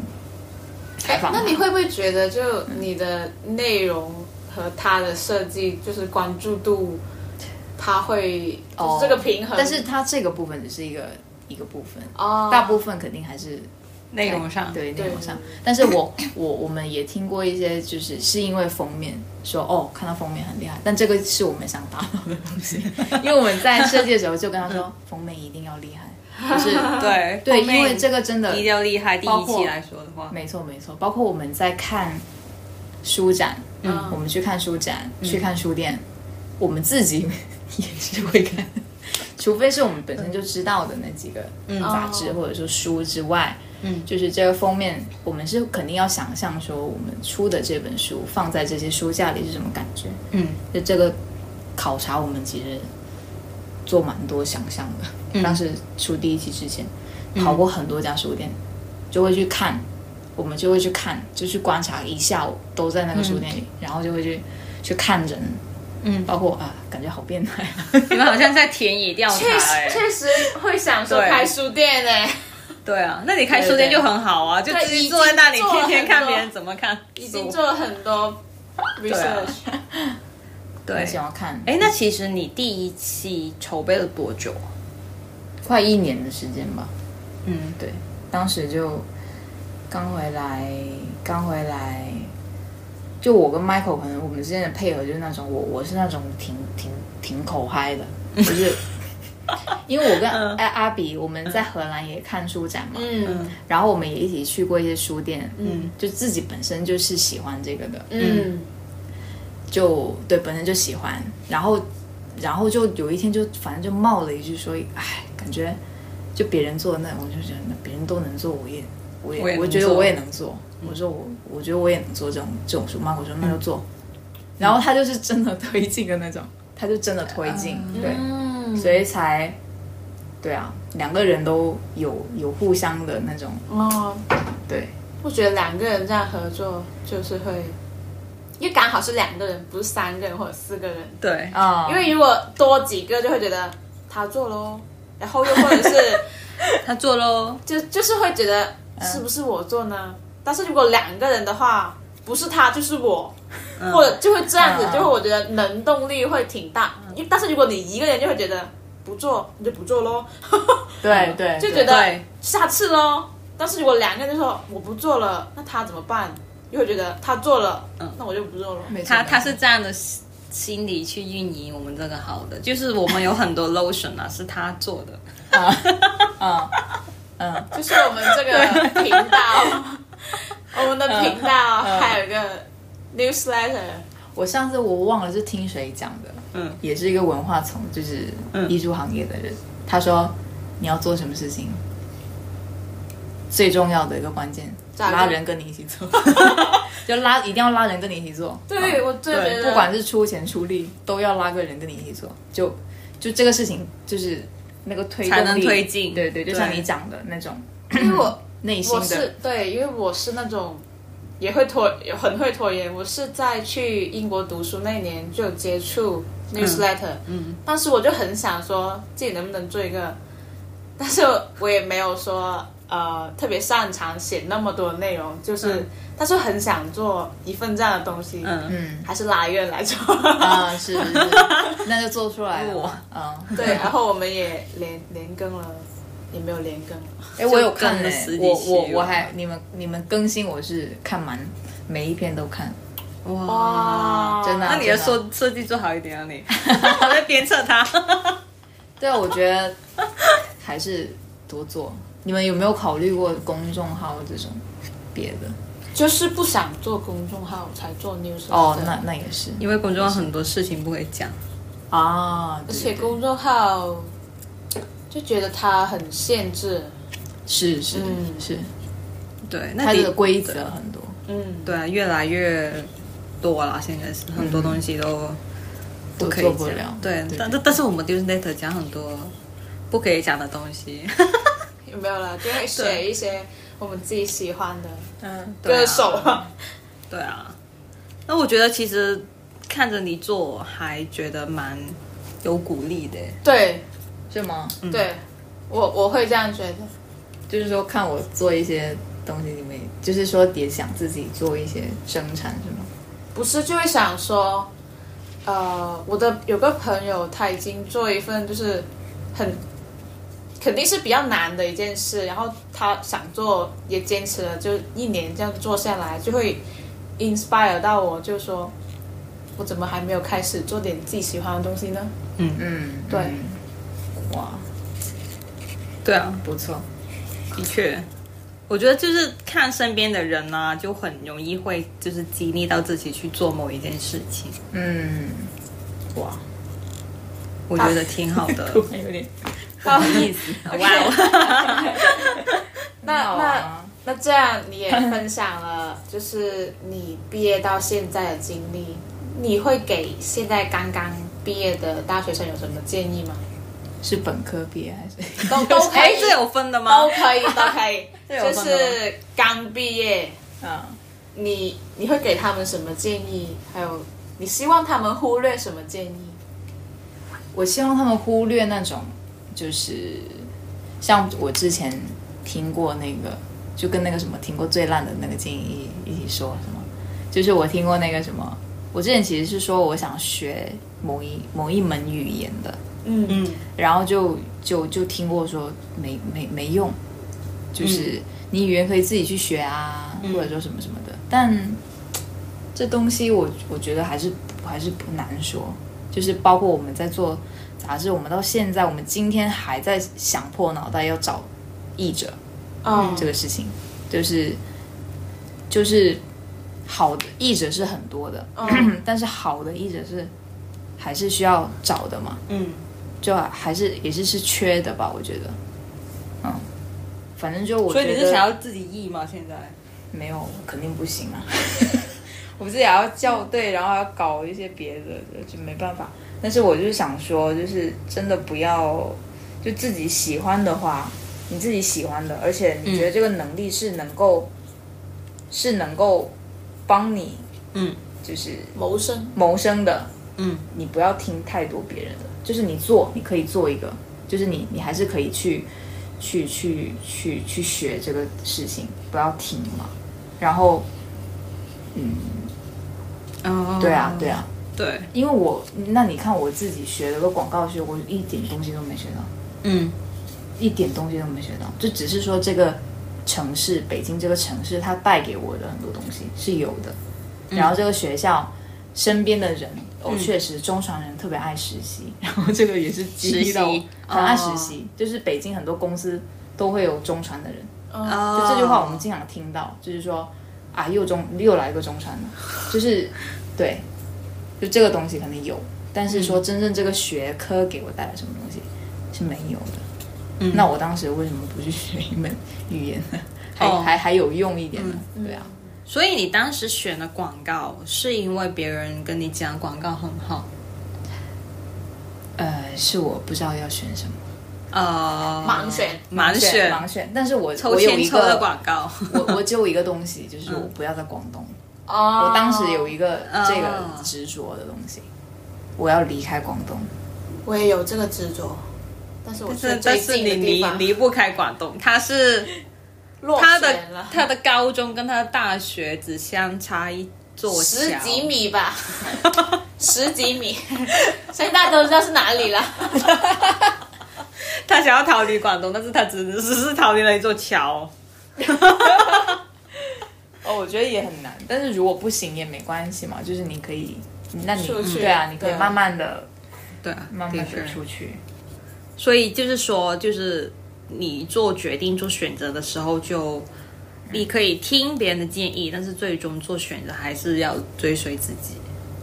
B: 采访他。
C: 哎那你会不会觉得，就你的内容和它的设计，就是关注度，它会就是这个平衡？
B: 哦但是它这个部分只是一个一个部分，
C: 哦，
B: 大部分肯定还是
A: 内容上，
B: 对内
C: 对
B: 容上。但是我 我我们也听过一些，就是是因为封面说哦，看到封面很厉害，但这个是我们想达到的东 西，因为我们在设计的时候就跟他说，封面一定要厉害，就是
A: 对
B: 对，
A: 后面
B: 因为这个真的
A: 低调厉害，第
B: 包
A: 一
B: 括
A: 期来说的话，
B: 没错没错，包括我们在看书展，
C: 嗯
B: 我们去看书展，去看书店，我们自己也是会看， 除非是我们本身就知道的那几个杂志、
C: 哦
B: 或者说书之外，
A: 嗯，
B: 就是这个封面，我们是肯定要想象说我们出的这本书放在这些书架里是什么感觉，
A: 嗯，
B: 就这个考察我们其实做蛮多想象的。
A: 嗯
B: 当时出第一期之前，跑过很多家书店，就会去看，我们就会去看，就去观察一下午都在那个书店里，然后就会去去看人，
A: 嗯
B: 包括啊，感觉好变态啊，
A: 你们好像在田野调查、
C: 确实
A: 哎
C: 确实会想说
A: 对
C: 开书店欸呢、
A: 对啊，那你开书店就很好啊，就
C: 对
A: 自己坐在那里，
C: 已经做了
A: 天天看
C: 很多
A: 别人怎么看书，
C: 已经做了很多 research，
B: 啊
A: 对
B: 很。喜欢看，
A: 哎，那其实你第一期筹备了多久啊？
B: 快一年的时间吧，
A: 嗯，
B: 对，当时就刚回来，刚回来。就我跟 Michael 可能我们之间的配合就是那种我我是那种挺挺挺口嗨的，就是 因为我跟阿阿比我们在荷兰也看书展嘛，
C: 嗯
B: 然后我们也一起去过一些书店，
C: 嗯
B: 就自己本身就是喜欢这个的，
C: 嗯
B: 就对本身就喜欢，然后然后就有一天就反正就冒了一句说，哎，感觉就别人做的那，我就觉得那别人都能做，我也我也
A: 我
B: 我
A: 也能
B: 觉得
A: 做嗯
B: 我也能做，我说我我觉得我也能做这种这种书嘛，我说那就做，然后他就是真的推进的那种，他就真的推进，对。
C: 嗯，
B: 所以才，对啊，两个人都有有互相的那种，
C: 哦，
B: 对，
C: 我觉得两个人这样合作就是会，因为刚好是两个人，不是三个人或者四个人，
A: 对，
B: 啊、
C: 因为如果多几个就会觉得他做咯，然后又或者是
A: 他做喽，
C: 就就是会觉得
B: 嗯
C: 是不是我做呢？但是如果两个人的话，不是他就是我，或者就会这样子
B: 嗯，嗯嗯
C: 就会我觉得能动力会挺大。因为但是如果你一个人就会觉得不做你就不做咯，
B: 对对，
C: 就觉
B: 对
C: 得
A: 对
C: 下次咯。但是如果两个人就说我不做了，那他怎么办？又会觉得他做了，那我就不做了。
B: 嗯没错
A: 他
B: 没错
A: 他是这样的心心理去运营我们这个好的，就是我们有很多 lotion 啊，是他做的，
B: 啊啊嗯，
C: 就是我们 这个频道，我们
B: 嗯
C: 的频道还有一个 newsletter，
B: 我上次我忘了是听谁讲的，
A: 嗯，
B: 也是一个文化从就是
A: 嗯
B: 艺术行业的人，他说你要做什么事情，最重要的一个关键，
C: 找一个
B: 拉人跟你一起做， 就拉一定要拉人跟你一起做，
C: 对我最
A: 对
C: 觉得
B: 不管是出钱出力，都要拉个人跟你一起做，就就这个事情就是那个推动
A: 才
B: 力
A: 能推进
B: 对对，就
A: 对
B: 像你讲的那种
C: 因为我
B: 内心
C: 我是
B: 的，
C: 对，因为我是那种也会拖，也很会拖延。我是在去英国读书那一年就有接触 newsletter，嗯，当时我就很想说自己能不能做一个，但是我也没有说呃特别擅长写那么多内容，就是、
A: 嗯
C: 但是很想做一份这样的东西，
A: 嗯，
B: 嗯
C: 还是拉一个人来做。
B: 啊，是是，是那就做出来 了
A: 我
B: 嘛，嗯，
C: 对，然后我们也连连更了，也没有连更了。
B: 哎，我有看
A: 跟了
B: 的
A: 十，几
B: 我
A: 期
B: 我
A: 了
B: 我还你们你们更新我是看蛮每一篇都看，
A: 哇，
C: 哦
B: 真的啊
A: 那你的
B: 真的
A: 设设计做好一点 啊，你，我在鞭策他，
B: 对啊，我觉得还是多做。你们有没有考虑过公众号这种别的？
C: 就是不想做公众号才做 news
B: 哦，那那也是
A: 因为公众号很多事情不会讲，
B: 啊，
C: 而
B: 对
C: 且
B: 对
C: 公众号就觉得它很限制，
B: 是是
C: 嗯
B: 是，
A: 对，那
B: 它
A: 的
B: 的规则很多。
C: 嗯，
A: 对啊，越来越多啦，现在是很多东西都不
B: 嗯都
A: 可以
B: 做
A: 讲，
B: 不了。
A: 对，
B: 对
A: 但但但是我们 newsletter 讲很多不可以讲的东西，
C: 有没有 了？就会写一些我们自己喜欢的
B: 嗯，
A: 对啊
C: 歌手啊，
A: 对啊，那我觉得其实看着你做，还觉得蛮有鼓励的。
C: 对嗯
B: 是吗？
C: 对，我我会这样觉得。
B: 就是说看我做一些东西，你们就是说也想自己做一些生产是吗？
C: 不是就会想说，呃，我的有个朋友他已经做一份就是很肯定是比较难的一件事，然后他想做也坚持了，就一年这样做下来，就会 inspire 到我，就说我怎么还没有开始做点自己喜欢的东西呢？
B: 嗯，
C: 对
B: 嗯哇，
A: 对啊，
B: 不错，
A: 的确，我觉得就是看身边的人啊，就很容易会就是激励到自己去做某一件事情，
B: 嗯， 哇，
A: 我觉得挺好 的。
B: 然有点
C: 好，
B: 意 思，
A: 哇哦，
C: 那
B: 很好
C: 那
B: 啊
C: 那这样你也分享了，就是你毕业到现在的经历，你会给现在刚刚毕业的大学生有什么建议吗？
B: 是本科毕业还是？
C: 都 都可
A: 哎
C: 以，，
A: 这有分的吗
C: 都？可以，都可 以，
A: 这有
C: 就
A: 分的吗
C: 是刚毕业，
B: 啊，
C: 你你会给他们什么建议？还有你希望他们忽略什么建议？
B: 我希望他们忽略那种，就是像我之前听过那个，就跟那个什么听过最烂的那个建议一起说什么，就是我听过那个什么，我之前其实是说我想学某一某一门语言的，
C: 嗯嗯
B: 然后就就就听过说没没没用，就是你语言可以自己去学啊，或者说什么什么的。但这东西我我觉得还是还是不难说，就是包括我们在做杂志，我们到现在，我们今天还在想破脑袋要找译者，
C: 嗯
B: 这个事情，就是就是好的译者是很多的，
C: 嗯
B: 但是好的译者是还是需要找的嘛，
A: 嗯，
B: 就还是也是是缺的吧，我觉得，嗯，反正就我
A: 所
B: 觉
A: 以
B: 得
A: 你是想要自己译吗？现在？
B: 没有肯定不行啊， 我自己还要校对，然后还要搞一些别的，就没办法。但是我就是想说，就是真的不要，就自己喜欢的话，你自己喜欢的，而且你觉得这个能力是能够，是能够帮你，
A: 嗯，
B: 就是
C: 谋生，
B: 谋生的，
A: 嗯，
B: 你不要听太多别人的，就是你做，你可以做一个，就是你你还是可以去去去去去学这个事情，不要停嘛。然后，嗯，
A: 哦
B: 对啊，对，啊，
A: 对，
B: 因为我那你看我自己学了个广告学，我一点东西都没学到，
A: 嗯
B: 一点东西都没学到，就只是说这个城市，北京这个城市，它带给我的很多东西是有的。
A: 嗯
B: 然后这个学校身边的人，哦，确实中传人特别爱实习， 然后这个也是激励到我
A: 实习
B: 很爱
A: 哦
B: 实习，就是北京很多公司都会有中传的人，
C: 嗯
A: 啊
B: 就这句话我们经常听到，就是说啊，又中又来个中传的，就是对，就这个东西肯定有，但是
A: 嗯
B: 说真正这个学科给我带来什么东西是没有的。
A: 嗯
B: 那我当时为什么不去学一门语言呢？还、
A: 哦嗯
B: 还还有用一点呢？对啊，
A: 所以你当时选的广告，是因为别人跟你讲广告很好，
B: 呃，是我不知道要选什么，
A: 呃，
C: 盲选
A: 盲选，
B: 盲选，但是我
A: 抽
B: 我有
A: 签
B: 一
A: 抽的
B: 个，
A: 广嗯告，
B: 我我只有一个东西，就是我不要在广东。
C: 哦
B: 我当时有一个
A: 哦
B: 这个执着的东西，我要离开广东。
C: 我也有这个执着，但是我
A: 但
C: 去
A: 是
C: 最
A: 但是
C: 近
A: 你
C: 的地
A: 离
C: 方
A: 离不开广东，它是
C: 落
A: 他
C: 选
A: 的
C: 了
A: 他的高中跟他的大学只相差一座桥，
C: 十几米吧， 十几米， 所以大家都知道是哪里了。
A: 他想要逃离广东，但是他只只是逃离了一座桥。
B: 哦，我觉得也很难，但是如果不行也没关系嘛，就是你可以，那你
C: 出去
B: 对啊，你可以
C: 对
B: 慢慢的、
A: 对啊，
B: 慢慢
A: 的
B: 的
A: 确
B: 出去。
A: 所以就是说，就是你做决定、做选择的时候就。你可以听别人的建议，但是最终做选择还是要追随自己。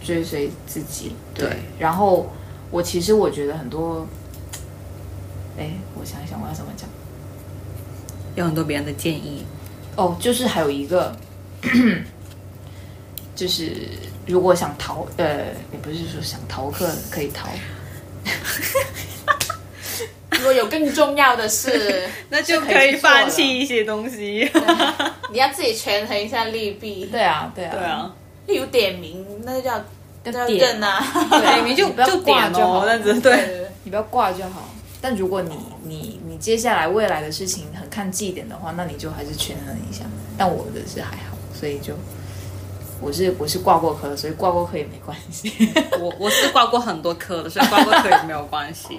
B: 追随自己。对，
A: 对
B: 然后我其实我觉得很多，哎，我想一想我要怎么讲。
A: 有很多别人的建议，
B: 哦，就是还有一个， 就是如果想逃，呃，也不是说想逃课可以逃，
C: 如果有更重要的 事，
A: 那就
B: 可以去做了
A: 一些东西。
C: 你要自己权衡一下利弊。
B: 对啊，对啊，
A: 对，啊，
C: 例如点名，那就叫
B: 要
C: 那叫
B: 点
C: 认啊。
B: 对啊
A: 你就
B: 你不要
A: 就
B: 挂
A: 点
B: 就好
A: 哦，这样子对。
B: 你不要挂就好。但如果你你你接下来未来的事情很看绩点的话，那你就还是权衡一下。但我的是还好，所以就我是我是挂过科，所以挂过科也没关系。
A: 我我是挂过很多科的，所以挂过科也没有关系。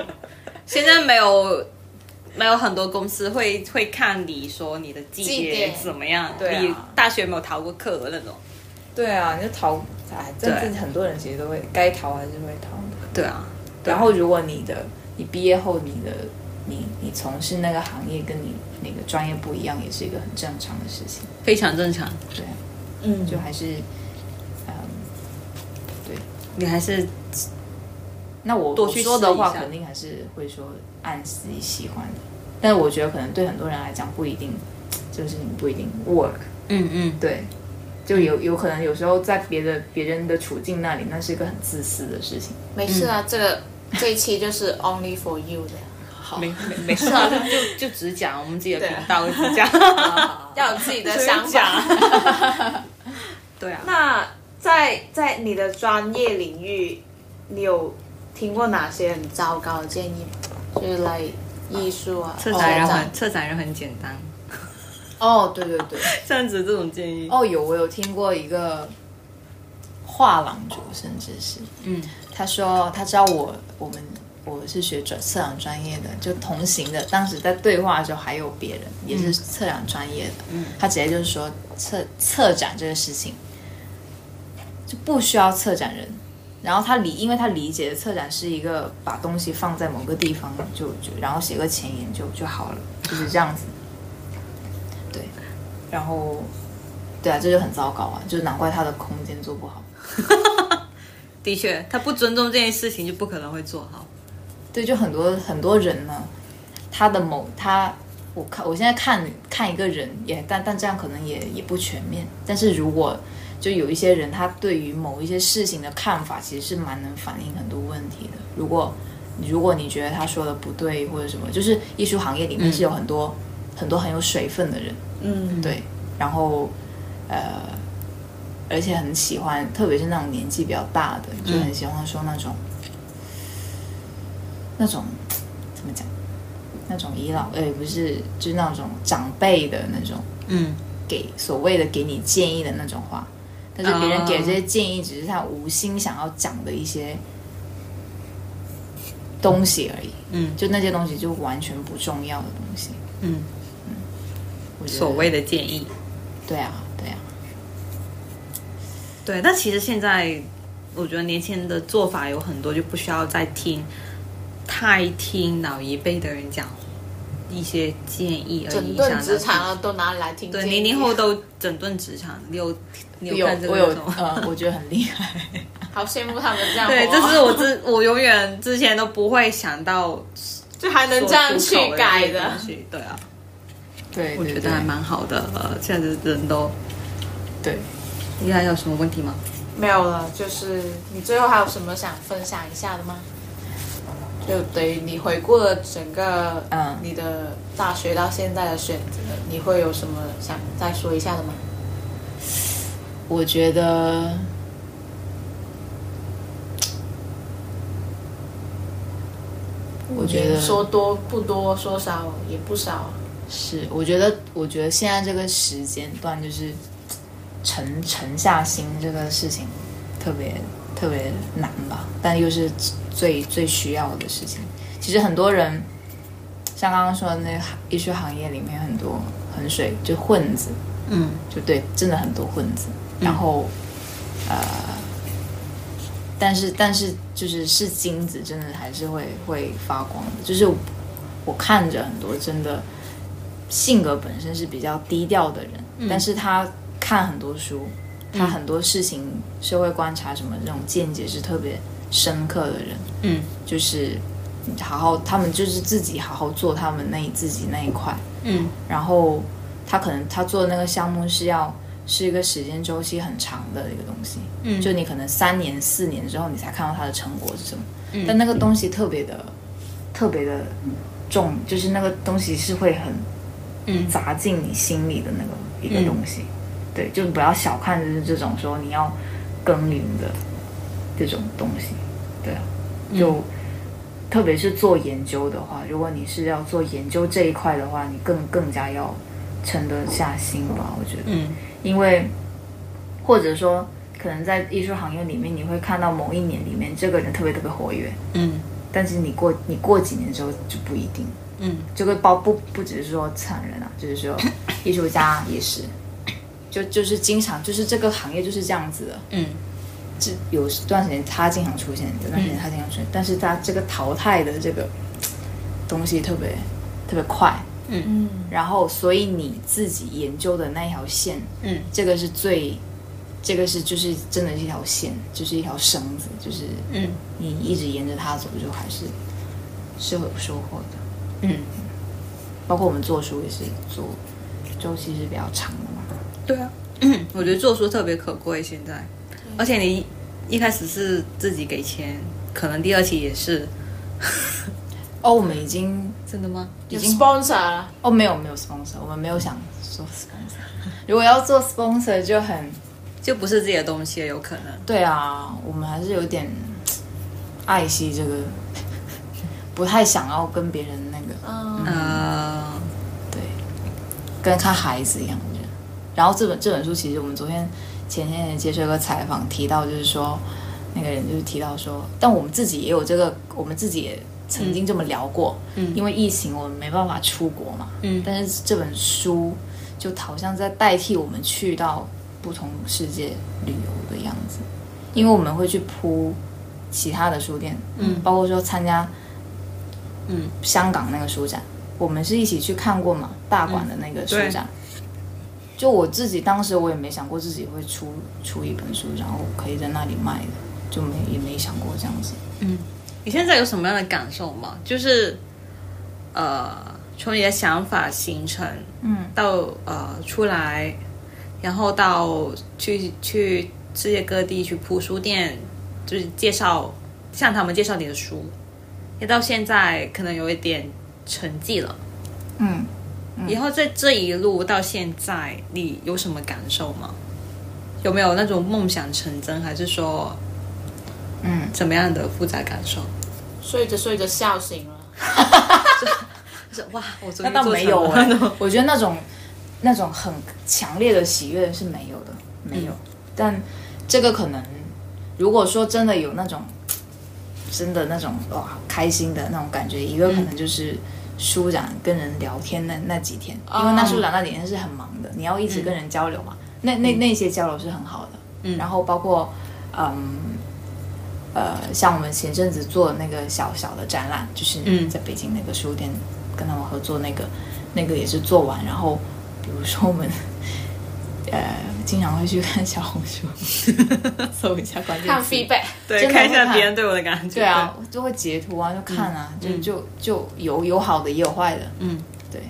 A: 现在没有没有很多公司会会看你说你的绩
C: 绩
A: 点
C: 点
A: 怎么样，
B: 对啊
A: 你大学有没有逃过课的那种。
B: 对啊，你就逃，哎，这
A: 对
B: 这很多人其实都会该逃还是会逃的。
A: 对啊，
B: 然后如果你的你毕业后你的你你从事那个行业跟你那个专业不一样，也是一个很正常的事情。
A: 非常正常。
B: 对啊，
C: 嗯
B: 就还是嗯，
A: 你还是
B: 那我
A: 多
B: 我
A: 去
B: 说的
A: 试
B: 话，
A: 一下
B: 肯定还是会说按自己喜欢的。但是我觉得可能对很多人来讲不一定，就是你不一定 work。
A: 嗯嗯，
B: 对，就有有可能有时候在别的别人的处境那里，那是一个很自私的事情。
C: 没事
A: 嗯
C: 啊，这个这一期就是 only for you 的，
A: 好，没没没事啊，就就就只讲我们自己的频道，就只讲
C: 要有自己的
A: 随便
C: 想法。
A: 讲 对啊，
C: 那在在你的专业领域，你有听过哪些很糟糕的建议吗？就是来艺术啊，
A: 策
C: 哦
A: 展人
C: 展
A: 很策展人很简单，
B: 哦，对对对，
A: 这样子这种建议，
B: 哦，有我有听过一个画廊主，甚至是
A: 嗯，
B: 他说他知道我我们我是学转测量专业的，就同行的，当时在对话的时候还有别人也是测量专业的，
A: 嗯
B: 他直接就是说策策展这个事情就不需要策展人。然后他理，因为他理解的策展是一个把东西放在某个地方就就，然后写个前言就就好了，就是这样子。对，然后，对啊，这就很糟糕啊，就难怪他的空间做不好。
A: 的确，他不尊重这件事情，就不可能会做好。
B: 对，就很多很多人呢，他的某他，我看我现在看看一个人也，但但这样可能也也不全面。但是如果就有一些人，他对于某一些事情的看法，其实是蛮能反映很多问题的。如果如果你觉得他说的不对或者什么，就是艺术行业里面是有很多、很多很有水分的人，
C: 嗯，
B: 对，然后呃，而且很喜欢，特别是那种年纪比较大的，就很喜欢说那种、那种怎么讲，那种遗老，呃，不是，就是那种长辈的那种
A: 嗯，
B: 给所谓的给你建议的那种话，但是别人给这些建议只是他无心想要讲的一些东西而已，
A: 嗯
B: 就那些东西就完全不重要的东西，
A: 嗯，
B: 我觉得
A: 所谓的建议。
B: 对啊，对啊，
A: 对，但其实现在我觉得年轻人的做法有很多，就不需要再听太听老一辈的人讲一些建议而
C: 整
A: 影响
C: 顿
A: 到
C: 职
A: 自己
C: 场啊，都拿来听建
A: 对
C: 议。
A: 零零后都整顿职场，你有你
B: 有
A: 看这
B: 我
A: 个
B: 有
A: 那种
B: 呃，我觉得很厉害。
C: 好羡慕他们这样活啊。
A: 对，这是我之我永远之前都不会想到
C: 就还能这样去
A: 说出口
C: 改
A: 的这些
C: 的
A: 东。西。对啊，
B: 对，
A: 我
B: 对
A: 觉得还蛮好的。呃，现在的人都，
B: 对。
A: 你还有什么问题吗？
C: 没有了，就是你最后还有什么想分享一下的吗？就等于你回顾了整个
B: 嗯
C: 你的大学到现在的选择，你会有什么想再说一下的吗？
B: 我觉得我觉得
C: 你说多不多，说少也不少。
B: 是，我觉得，我觉得现在这个时间段就是沉沉下心这个事情特别特别难吧，但又是最最需要的事情。其实很多人像刚刚说的那个行艺术行业里面很多很水就混子，
A: 嗯
B: 就对，真的很多混子。然后，呃，但是但是就是是金子，真的还是会会发光的。就是我我看着很多真的性格本身是比较低调的人，但是他看很多书，他很多事情、社会观察什么这种见解是特别深刻的人。
A: 嗯，
B: 就是好好，他们就是自己好好做他们那一自己那一块。
A: 嗯
B: 然后他可能他做的那个项目是要是一个时间周期很长的一个东西，
A: 嗯
B: 就你可能三年四年之后你才看到它的成果是什么，但那个东西特别的特别的重，就是那个东西是会很
A: 嗯
B: 砸进你心里的那个一个东西，对，就不要小看就是这种说你要耕耘的这种东西，对啊，就、特别是做研究的话，如果你是要做研究这一块的话，你更更加要沉得下心吧，我觉得，
A: 嗯，
B: 因为或者说可能在艺术行业里面，你会看到某一年里面这个人特别特别活跃，
A: 嗯
B: 但是你过你过几年之后就不一定，
A: 嗯，
B: 这个包不不只是说惨人啊，就是 说艺术家也是，就就是经常就是这个行业就是这样子的，
A: 嗯，
B: 这有段时间他经常出现，有段时
A: 嗯
B: 间他经常出现，但是他这个淘汰的这个东西特别特别快，
C: 嗯，
B: 然后所以你自己研究的那一条线，
A: 嗯，
B: 这个是最，这个是就是真的是一条线，就是一条绳子，就是
A: 嗯
B: 你一直沿着它走，就还是是会有收获的。
A: 嗯，
B: 包括我们做书也是做周期是比较长的嘛，
A: 对啊， 我觉得做书特别可贵，现在，而且你一开始是自己给钱，可能第二期也是，
B: 哦，我们已经
A: 真的吗？
C: 有 sponsor 啊，
B: 哦，没有没有 sponsor，我们没有想做 sponsor。如果要做 sponsor 就很
A: 就不是自己的东西，有可能。
B: 对啊，我们还是有点爱惜这个，不太想要跟别人那个
C: 嗯，
A: 呃，
B: 对，跟看孩子一样。我觉得。然后这本这本书其实我们昨天前天也接受一个采访，提到就是说那个人就是提到说，但我们自己也有这个，我们自己也曾经这么聊过，
A: 嗯
B: 因为疫情我们没办法出国嘛，
A: 嗯
B: 但是这本书就好像在代替我们去到不同世界旅游的样子，因为我们会去铺其他的书店，
A: 嗯
B: 包括说参加
A: 嗯
B: 香港那个书展，我们是一起去看过嘛，大馆的那个书展。就我自己当时我也没想过自己会出出一本书，然后可以在那里卖的，就没也没想过这样子。
A: 嗯，你现在有什么样的感受吗？就是，呃，从你的想法形成
B: 嗯，
A: 到呃出来，然后到去去世界各地去铺书店，就是介绍向他们介绍你的书，也到现在可能有一点成绩了。
B: 嗯，
A: 以后在这一路到现在，你有什么感受吗？有没有那种梦想成真，还是说，
B: 嗯，
A: 怎么样的复杂感受？
C: 睡着睡着笑醒了，
A: 就是哇，我昨
B: 那
A: 天
B: 倒没有哎、
A: 哎、
B: 我觉得那种那种很强烈的喜悦是没有的，没有。但这个可能，如果说真的有那种真的那种哇开心的那种感觉，一个可能就是舒展跟人聊天那那几天，因为那舒展那几天是很忙的，你要一直跟人交流嘛。那那那些交流是很好的，
A: 嗯
B: 然后包括嗯。呃，像我们前阵子做那个小小的展览，就是
A: 嗯
B: 在北京那个书店跟他们合作那个，那个也是做完，然后比如说我们呃经常会去看小红书，搜一下关键
C: 嗯看
B: 词，
C: feedback，
A: 对，
B: 真的
A: 看一
B: 会
A: 下
B: 看
A: 别人对我的感觉。
B: 对啊，就会截图啊，就看啊，
A: 嗯
B: 就就就有有好的也有坏的，
A: 嗯，
B: 对。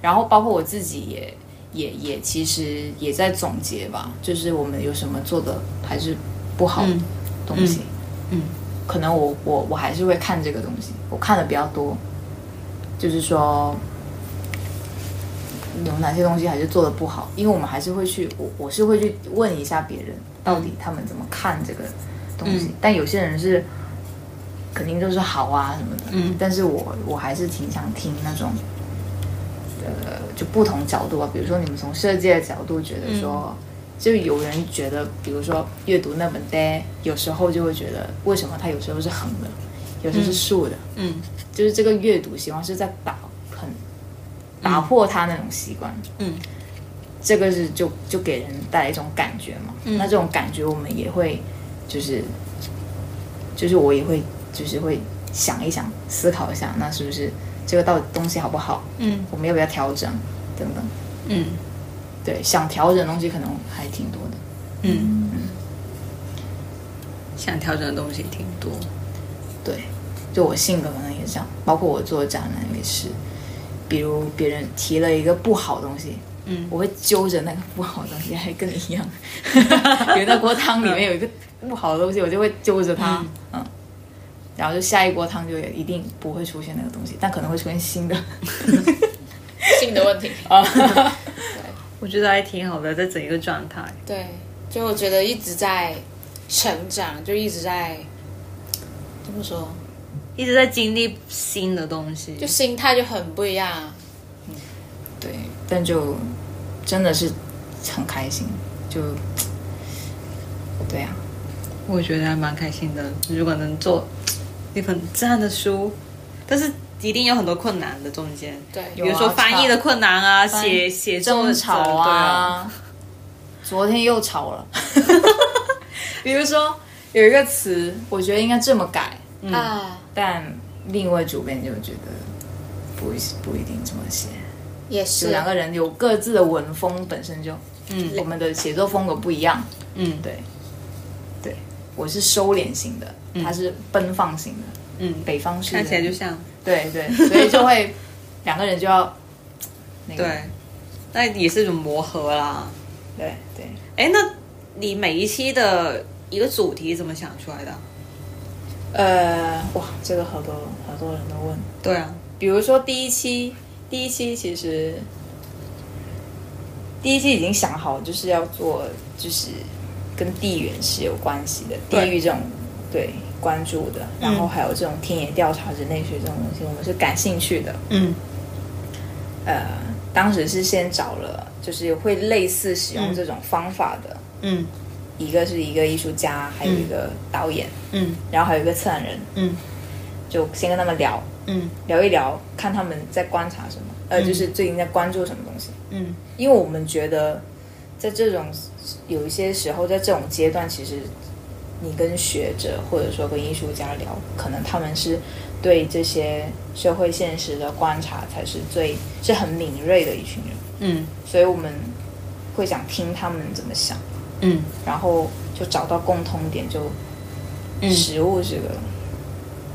B: 然后包括我自己也也也其实也在总结吧，就是我们有什么做的还是不好的
A: 嗯
B: 东西，
A: 嗯嗯
B: 可能我我我还是会看这个东西，我看的比较多，就是说。有哪些东西还是做的不好？因为我们还是会去，我我是会去问一下别人，到底他们怎么看这个东西。
A: 嗯
B: 但有些人是肯定就是好啊什么的。
A: 嗯
B: 但是我我还是挺想听那种，呃，就不同角度吧。啊比如说你们从设计的角度觉得说，就有人觉得，比如说阅读那本 day，有时候就会觉得为什么它有时候是横的，有时候是竖的，
A: 嗯
B: 就是这个阅读习惯是在打很打破他那种习惯。
A: 嗯
B: 这个是就就给人带来一种感觉嘛。那这种感觉我们也会就是就是我也会就是会想一想，思考一下，那是不是这个到底东西好不好？
A: 嗯
B: 我们要不要调整等等？
A: 嗯
B: 对，想调整的东西可能还挺多的。
A: 嗯，想调整的东西挺多。
B: 对，就我性格可能也这样，包括我做展览也是，比如别人提了一个不好的东西，
A: 嗯
B: 我会揪着那个不好的东西，还跟你一样， 有那锅汤里面有一个不好的东西，我就会揪着它，嗯然后就下一锅汤就也一定不会出现那个东西，但可能会出现新的。
C: 性的问题。
A: 我觉得还挺好的，这整一个状态。
C: 对，就我觉得一直在成长，就一直在怎么说，
A: 一直在经历新的东西，
C: 就心态就很不一样。啊
B: 对，但就真的是很开心，就对啊，
A: 我觉得还蛮开心的。如果能做一本这样的书，但是一定有很多困难的中间，
C: 对，
A: 比
B: 有
A: 如说翻译的困难啊，写写作
B: 争
A: 者
B: 吵
A: 对啊，
B: 啊，昨天又吵了。 比如说有一个词，我觉得应该这么改，
C: 啊，
B: 但另一位主编就觉得不不一定这么写，
C: 也
B: 就是两个人有各自的文风，本身就
A: 嗯
B: 我们的写作风格不一样。
A: 嗯
B: 对，对，我是收敛型的，他是奔放型的，
A: 嗯，
B: 北方式的
A: 看起来就像
B: 对对，所以就会两个人就要那个
A: 对，那也是一种磨合啦。
B: 对对，
A: 哎，那你每一期的一个主题怎么想出来的？
B: 呃，哇，这个好多好多人都问，
A: 对啊，
B: 比如说第一期，第一期其实第一期已经想好，就是要做就是跟地缘是有关系的，
A: 对
B: 地域这种对关注的，然后还有这种田野调查、人类学这种东西，我们是感兴趣的。
A: 嗯
B: 呃，当时是先找了，就是会类似使用
A: 嗯
B: 这种方法的，
A: 嗯
B: 一个是一个艺术家，还有一个导演，
A: 嗯
B: 然后还有一个策展人，
A: 嗯
B: 就先跟他们聊
A: 嗯
B: 聊一聊，看他们在观察什么，呃，就是最近在关注什么东西。
A: 嗯
B: 因为我们觉得，在这种有一些时候，在这种阶段，其实你跟学者或者说跟艺术家聊，可能他们是对这些社会现实的观察才是最是很敏锐的一群人，
A: 嗯
B: 所以我们会想听他们怎么想，
A: 嗯
B: 然后就找到共通点，就
A: 嗯，
B: 食物这个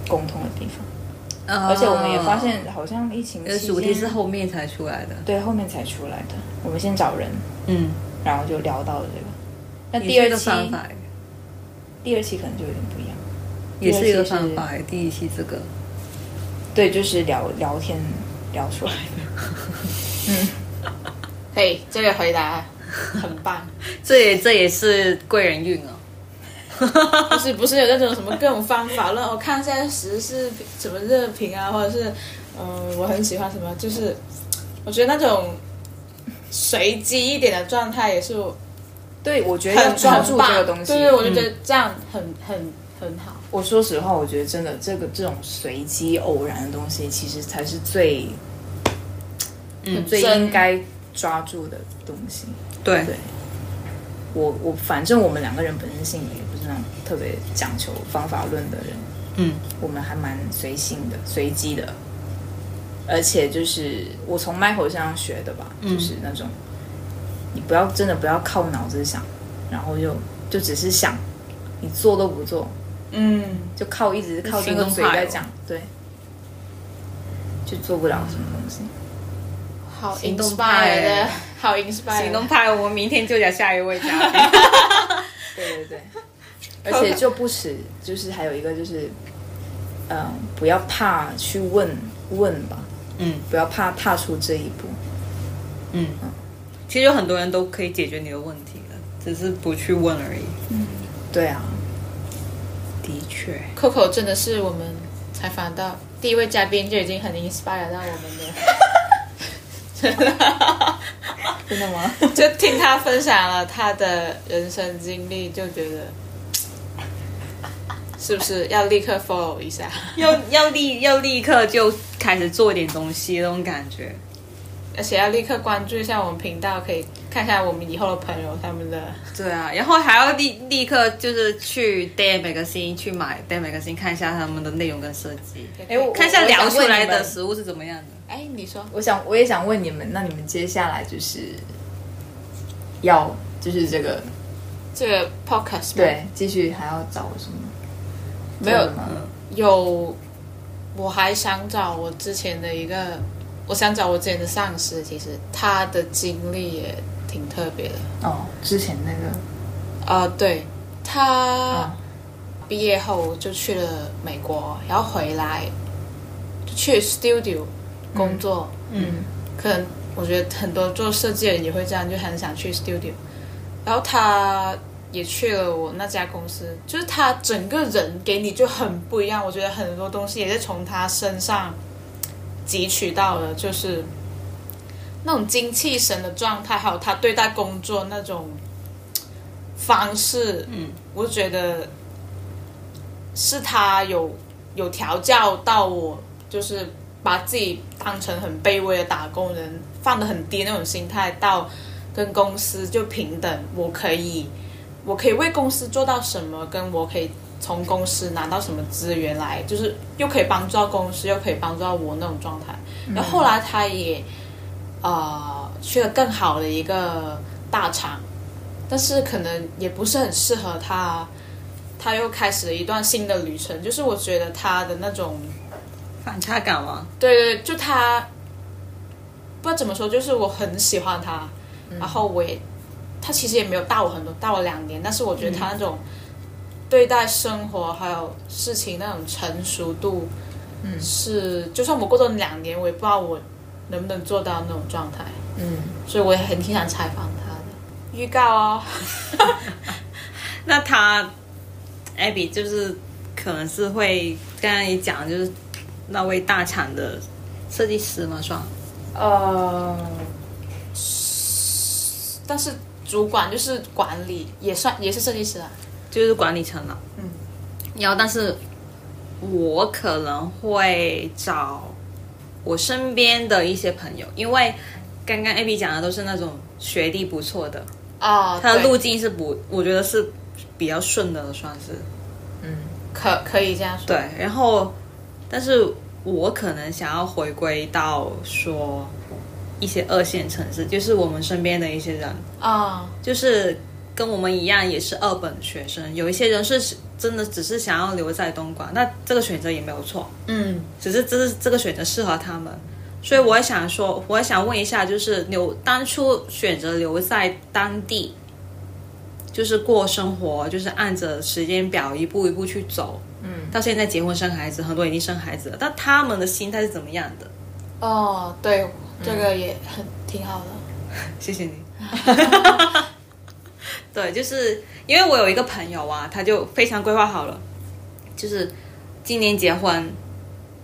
B: 共通的地方。
A: 而
B: 而且我们也发现，好像疫情
A: 哦呃，
B: 期
A: 主题是
B: 间，
A: 后面才出来的。
B: 对后面才出来的，我们先找人，
A: 嗯，
B: 然后就聊到了这个。那
A: 也
B: 第
A: 是一
B: 二
A: 个
B: 期，
A: 方法，
B: 第二期可能就有点不一样。
A: 也是一个
B: 第二期
A: 方法。第一期这个，
B: 对，就是聊聊天聊出来 的。
C: 可以，这个回答很棒。
A: 这也这也是贵人运啊。
C: 不是不是有那种什么各种方法论，我看现在时事什么热评啊，或者是嗯、呃我很喜欢什么，就是我觉得那种随机一点的状态也是我
B: 对，我觉得要
C: 很
B: 抓住这个东西。嗯
C: 对对，我就觉得这样很、很很好。
B: 我说实话，我觉得真的这个这种随机偶然的东西，其实才是最
A: 嗯
B: 最
C: 真
B: 应该抓住的东西。
A: 对
B: 对我我反正我们两个人本身性格也不是那种特别讲求方法论的人，
A: 嗯，
B: 我们还蛮随性的、随机的，而且就是我从 Michael 身上学的吧，就是那种你不要真的不要靠脑子想，然后就就只是想，你做都不做，
C: 嗯，
B: 就靠一直靠这个嘴在讲，对，就做不了什么东西。
C: 好
A: 行动派
C: inspire 的，好 inspire
A: 行动派，我们明天就找下一位嘉宾。
B: 对对 对，而且就不止，就是还有一个就是，嗯、不要怕去问问吧，
A: 嗯
B: 不要怕踏出这一步。
A: 嗯，其实有很多人都可以解决你的问题的，只是不去问而已。
B: 对啊，
A: 的确，
C: Coco 真的是我们采访到第一位嘉宾就已经很 inspire 到我们的。
B: 真的吗？
C: 就听他分享了他的人生经历，就觉得是不是要立刻 follow 一下？
A: 要要立要立刻就开始做点东西那种感觉。
C: 而且要立刻关注一下我们频道，可以看一下我们以后的朋友他们的。
A: 对啊，然后还要立立刻就是去 Day Magazine 去买 Day Magazine 看一下他们的内容跟设计，
B: 哎我
A: 看一下聊出来
B: 我想问你
A: 的
B: 们
A: 食物是怎么样的。
C: 哎，你说
B: 我想我也想问你们，那你们接下来就是要就是这个
C: 这个 podcast 吗
B: 对继续还要找什么？
C: 没有
B: 做的吗？
C: 有，我还想找我之前的一个，我想找我之前的上司，其实他的经历也挺特别的。
B: 哦，之前那个
C: 啊、对他。
B: 啊，
C: 毕业后就去了美国，然后回来就去 studio 工作。
B: 嗯
C: 可能我觉得很多做设计的人也会这样，就很想去 studio。然后他也去了我那家公司，就是他整个人给你就很不一样。我觉得很多东西也是从他身上汲取到的，就是那种精气神的状态，还有他对待工作那种方式，
A: 嗯，
C: 我就觉得是他有有调教到我，就是把自己当成很卑微的打工人，放得很低那种心态，到跟公司就平等，我可以，我可以为公司做到什么，跟我可以从公司拿到什么资源来，就是又可以帮助到公司，又可以帮助到我那种状态。然后后来他也呃去了更好的一个大厂，但是可能也不是很适合他，他又开始了一段新的旅程。就是我觉得他的那种，
A: 反差感吗？
C: 对对，就他不知道怎么说，就是我很喜欢他，然后我也他其实也没有大我很多，大我两年，但是我觉得他那种对待生活还有事情那种成熟度，
B: 嗯
C: 是就算我过多两年，我也不知道我能不能做到那种状态。
B: 嗯，
C: 所以我也很挺想采访他的。预告哦，
A: 那他艾比就是可能是会刚才也讲，就是那位大厂的设计师嘛，算
B: 呃，
C: 但是主管就是管理，也算也是设计师啊。
A: 就是管理层了。
C: 嗯，
A: 然后但是我可能会找我身边的一些朋友，因为刚刚 AB 讲的都是那种学历不错的，
C: 啊，
A: 他的
C: 对
A: 路径是不，我觉得是比较顺的了，算是
B: 嗯，
C: 可可以这样说。
A: 对。然后，但是我可能想要回归到说一些二线城市，就是我们身边的一些人，
C: 啊，
A: 就是跟我们一样也是二本学生，有一些人是真的只是想要留在东莞，那这个选择也没有错，
C: 嗯
A: 只是这是这个选择适合他们。所以我也想说，我也想问一下，就是留当初选择留在当地，就是过生活，就是按着时间表一步一步去走，嗯，到现在结婚生孩子，很多已经生孩子了，但他们的心态是怎么样的？
C: 哦，
A: 嗯
C: 对，这个也很挺好的。
A: 谢谢你。 对，就是因为我有一个朋友啊，他就非常规划好了，就是今年结婚，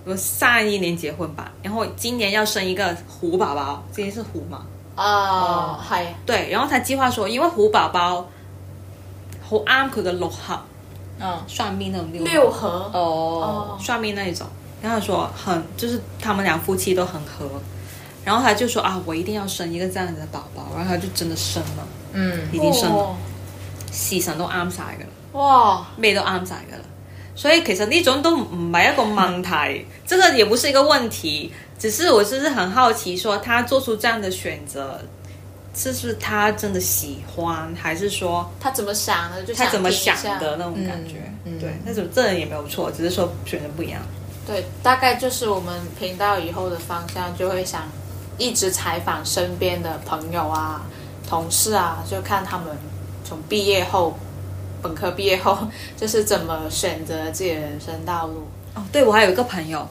A: 我上一年结婚吧，然后今年要生一个虎宝宝，今年是虎嘛，哦
C: 啊，系
A: 对，然后他计划說，因為虎寶寶好啱佢嘅六合，
B: 嗯，
A: 算命那種六合
C: 六合
A: 哦，算命那一種。然後他說很，就是他們倆夫妻都很合，然後他就說啊，我一定要生一個這樣子的寶寶，然後他就真的生了，
B: 嗯，
A: 已經生了，時辰都啱晒㗎啦，
C: 哦哇，
A: 咩都啱晒㗎啦。所以其實呢種都唔係一個問題，這個也不是一個問題，只是我就是很好奇說，他做出這樣的選擇，是不是他真的喜歡，還是說？
C: 他怎么想的？就
A: 他怎么
C: 听一
A: 想
C: 下
A: 的那种感觉。
B: 嗯嗯
A: 对，那种这人也没有错，只是说选择不一样。
C: 对，大概就是我们频道以后的方向，就会想一直采访身边的朋友啊、同事啊，就看他们从毕业后、本科毕业后，就是怎么选择自己的人生道路。
A: 哦，对，我还有一个朋 友，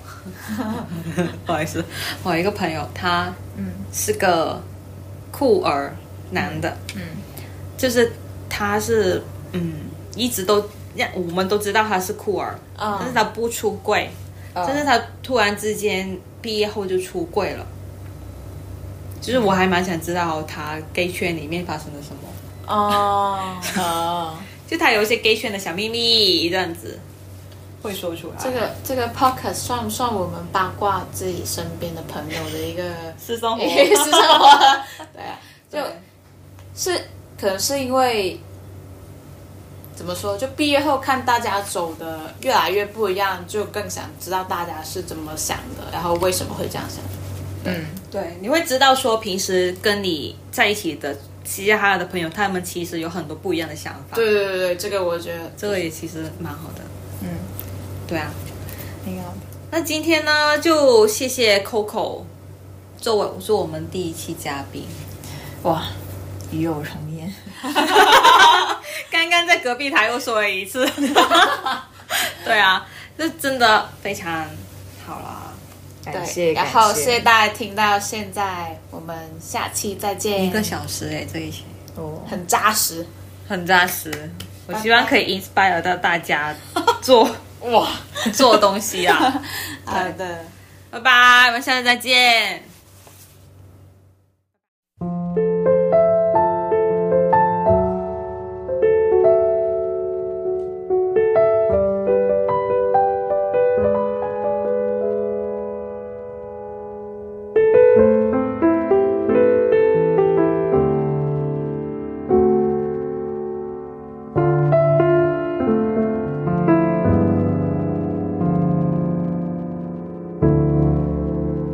A: 不好意思，我有一个朋友，他
B: 嗯
A: 是个酷儿男的，
B: 嗯，
A: 就是他是嗯，一直都让我们都知道他是酷儿，
C: 嗯
A: 但是他不出柜，但是他突然之间毕业后就出柜了。就是我还蛮想知道他 gay 圈里面发生了什么，
C: 哦，
B: 哦，
A: 就他有一些 gay 圈的小秘密这样子，会说出来。
C: 这个这个 podcast 算不算我们八卦自己身边的朋友的一个
A: 私 生活，
C: 私生活？哦对啊，就
A: 对
C: 是可能是因为怎么说，就毕业后看大家走的越来越不一样，就更想知道大家是怎么想的，然后为什么会这样想。
B: 嗯
A: 对，你会知道说平时跟你在一起的嘻嘻哈哈的朋友，他们其实有很多不一样的想法。，
C: 对对对对，这个我觉得
A: 这个也其实蛮好的。
B: 嗯，
A: 对啊，
B: 挺好的。
A: 那今天呢，就谢谢 Coco 作为做我们第一期嘉宾。
B: 哇，与有容焉。
A: 刚刚在隔壁台又说了一次， 对啊，这真的非常好啦。
B: 感谢，
C: 对。然后
B: 感
C: 谢谢大家听到现在，我们下期再见。
A: 一个小时哎、这一期
B: 哦，
C: 很扎实，
A: 很扎实。我希望可以 inspire 到大家 做
C: 哇，
A: 做东西啊！
C: 好的。
A: 拜拜，我们下次再见。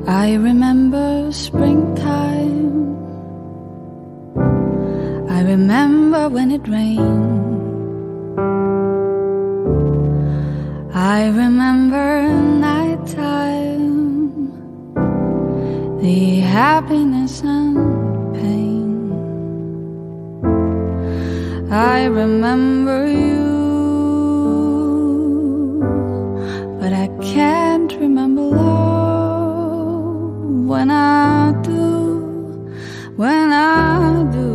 D: I remember springtime. I remember when it rained. I remember nighttime. The happiness and pain. I remember you but I can't remember love when I do, when I do.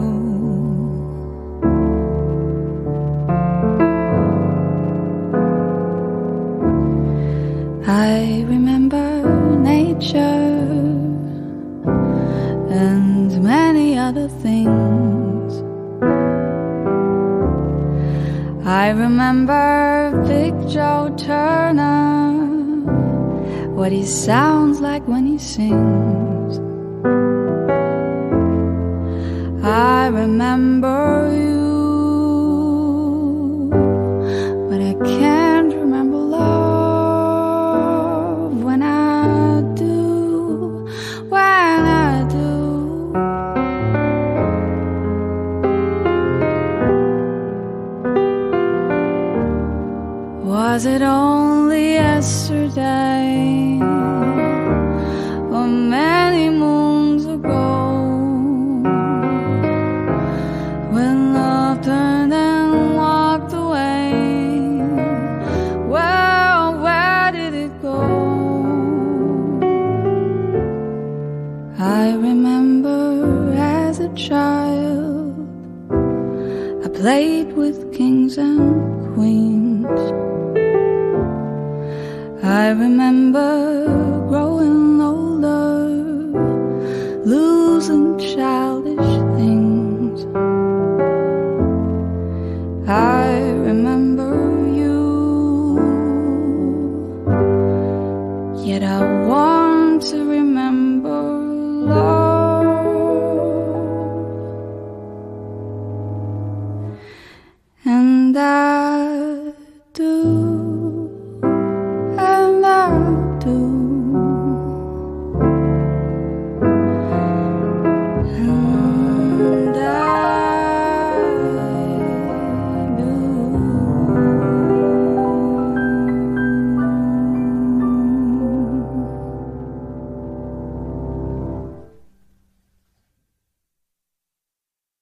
D: I remember nature and many other things. I remember Big Joe Turner, what he sounds like when he sings. I remember you, but I can't remember love when I do, when I do. Was it only yesterday or many moons ago when love turned and walked away? Well, where did it go? I remember as a child I played with kings and queens. I remember growing older, losing childish things. I remember you, yet I want to remember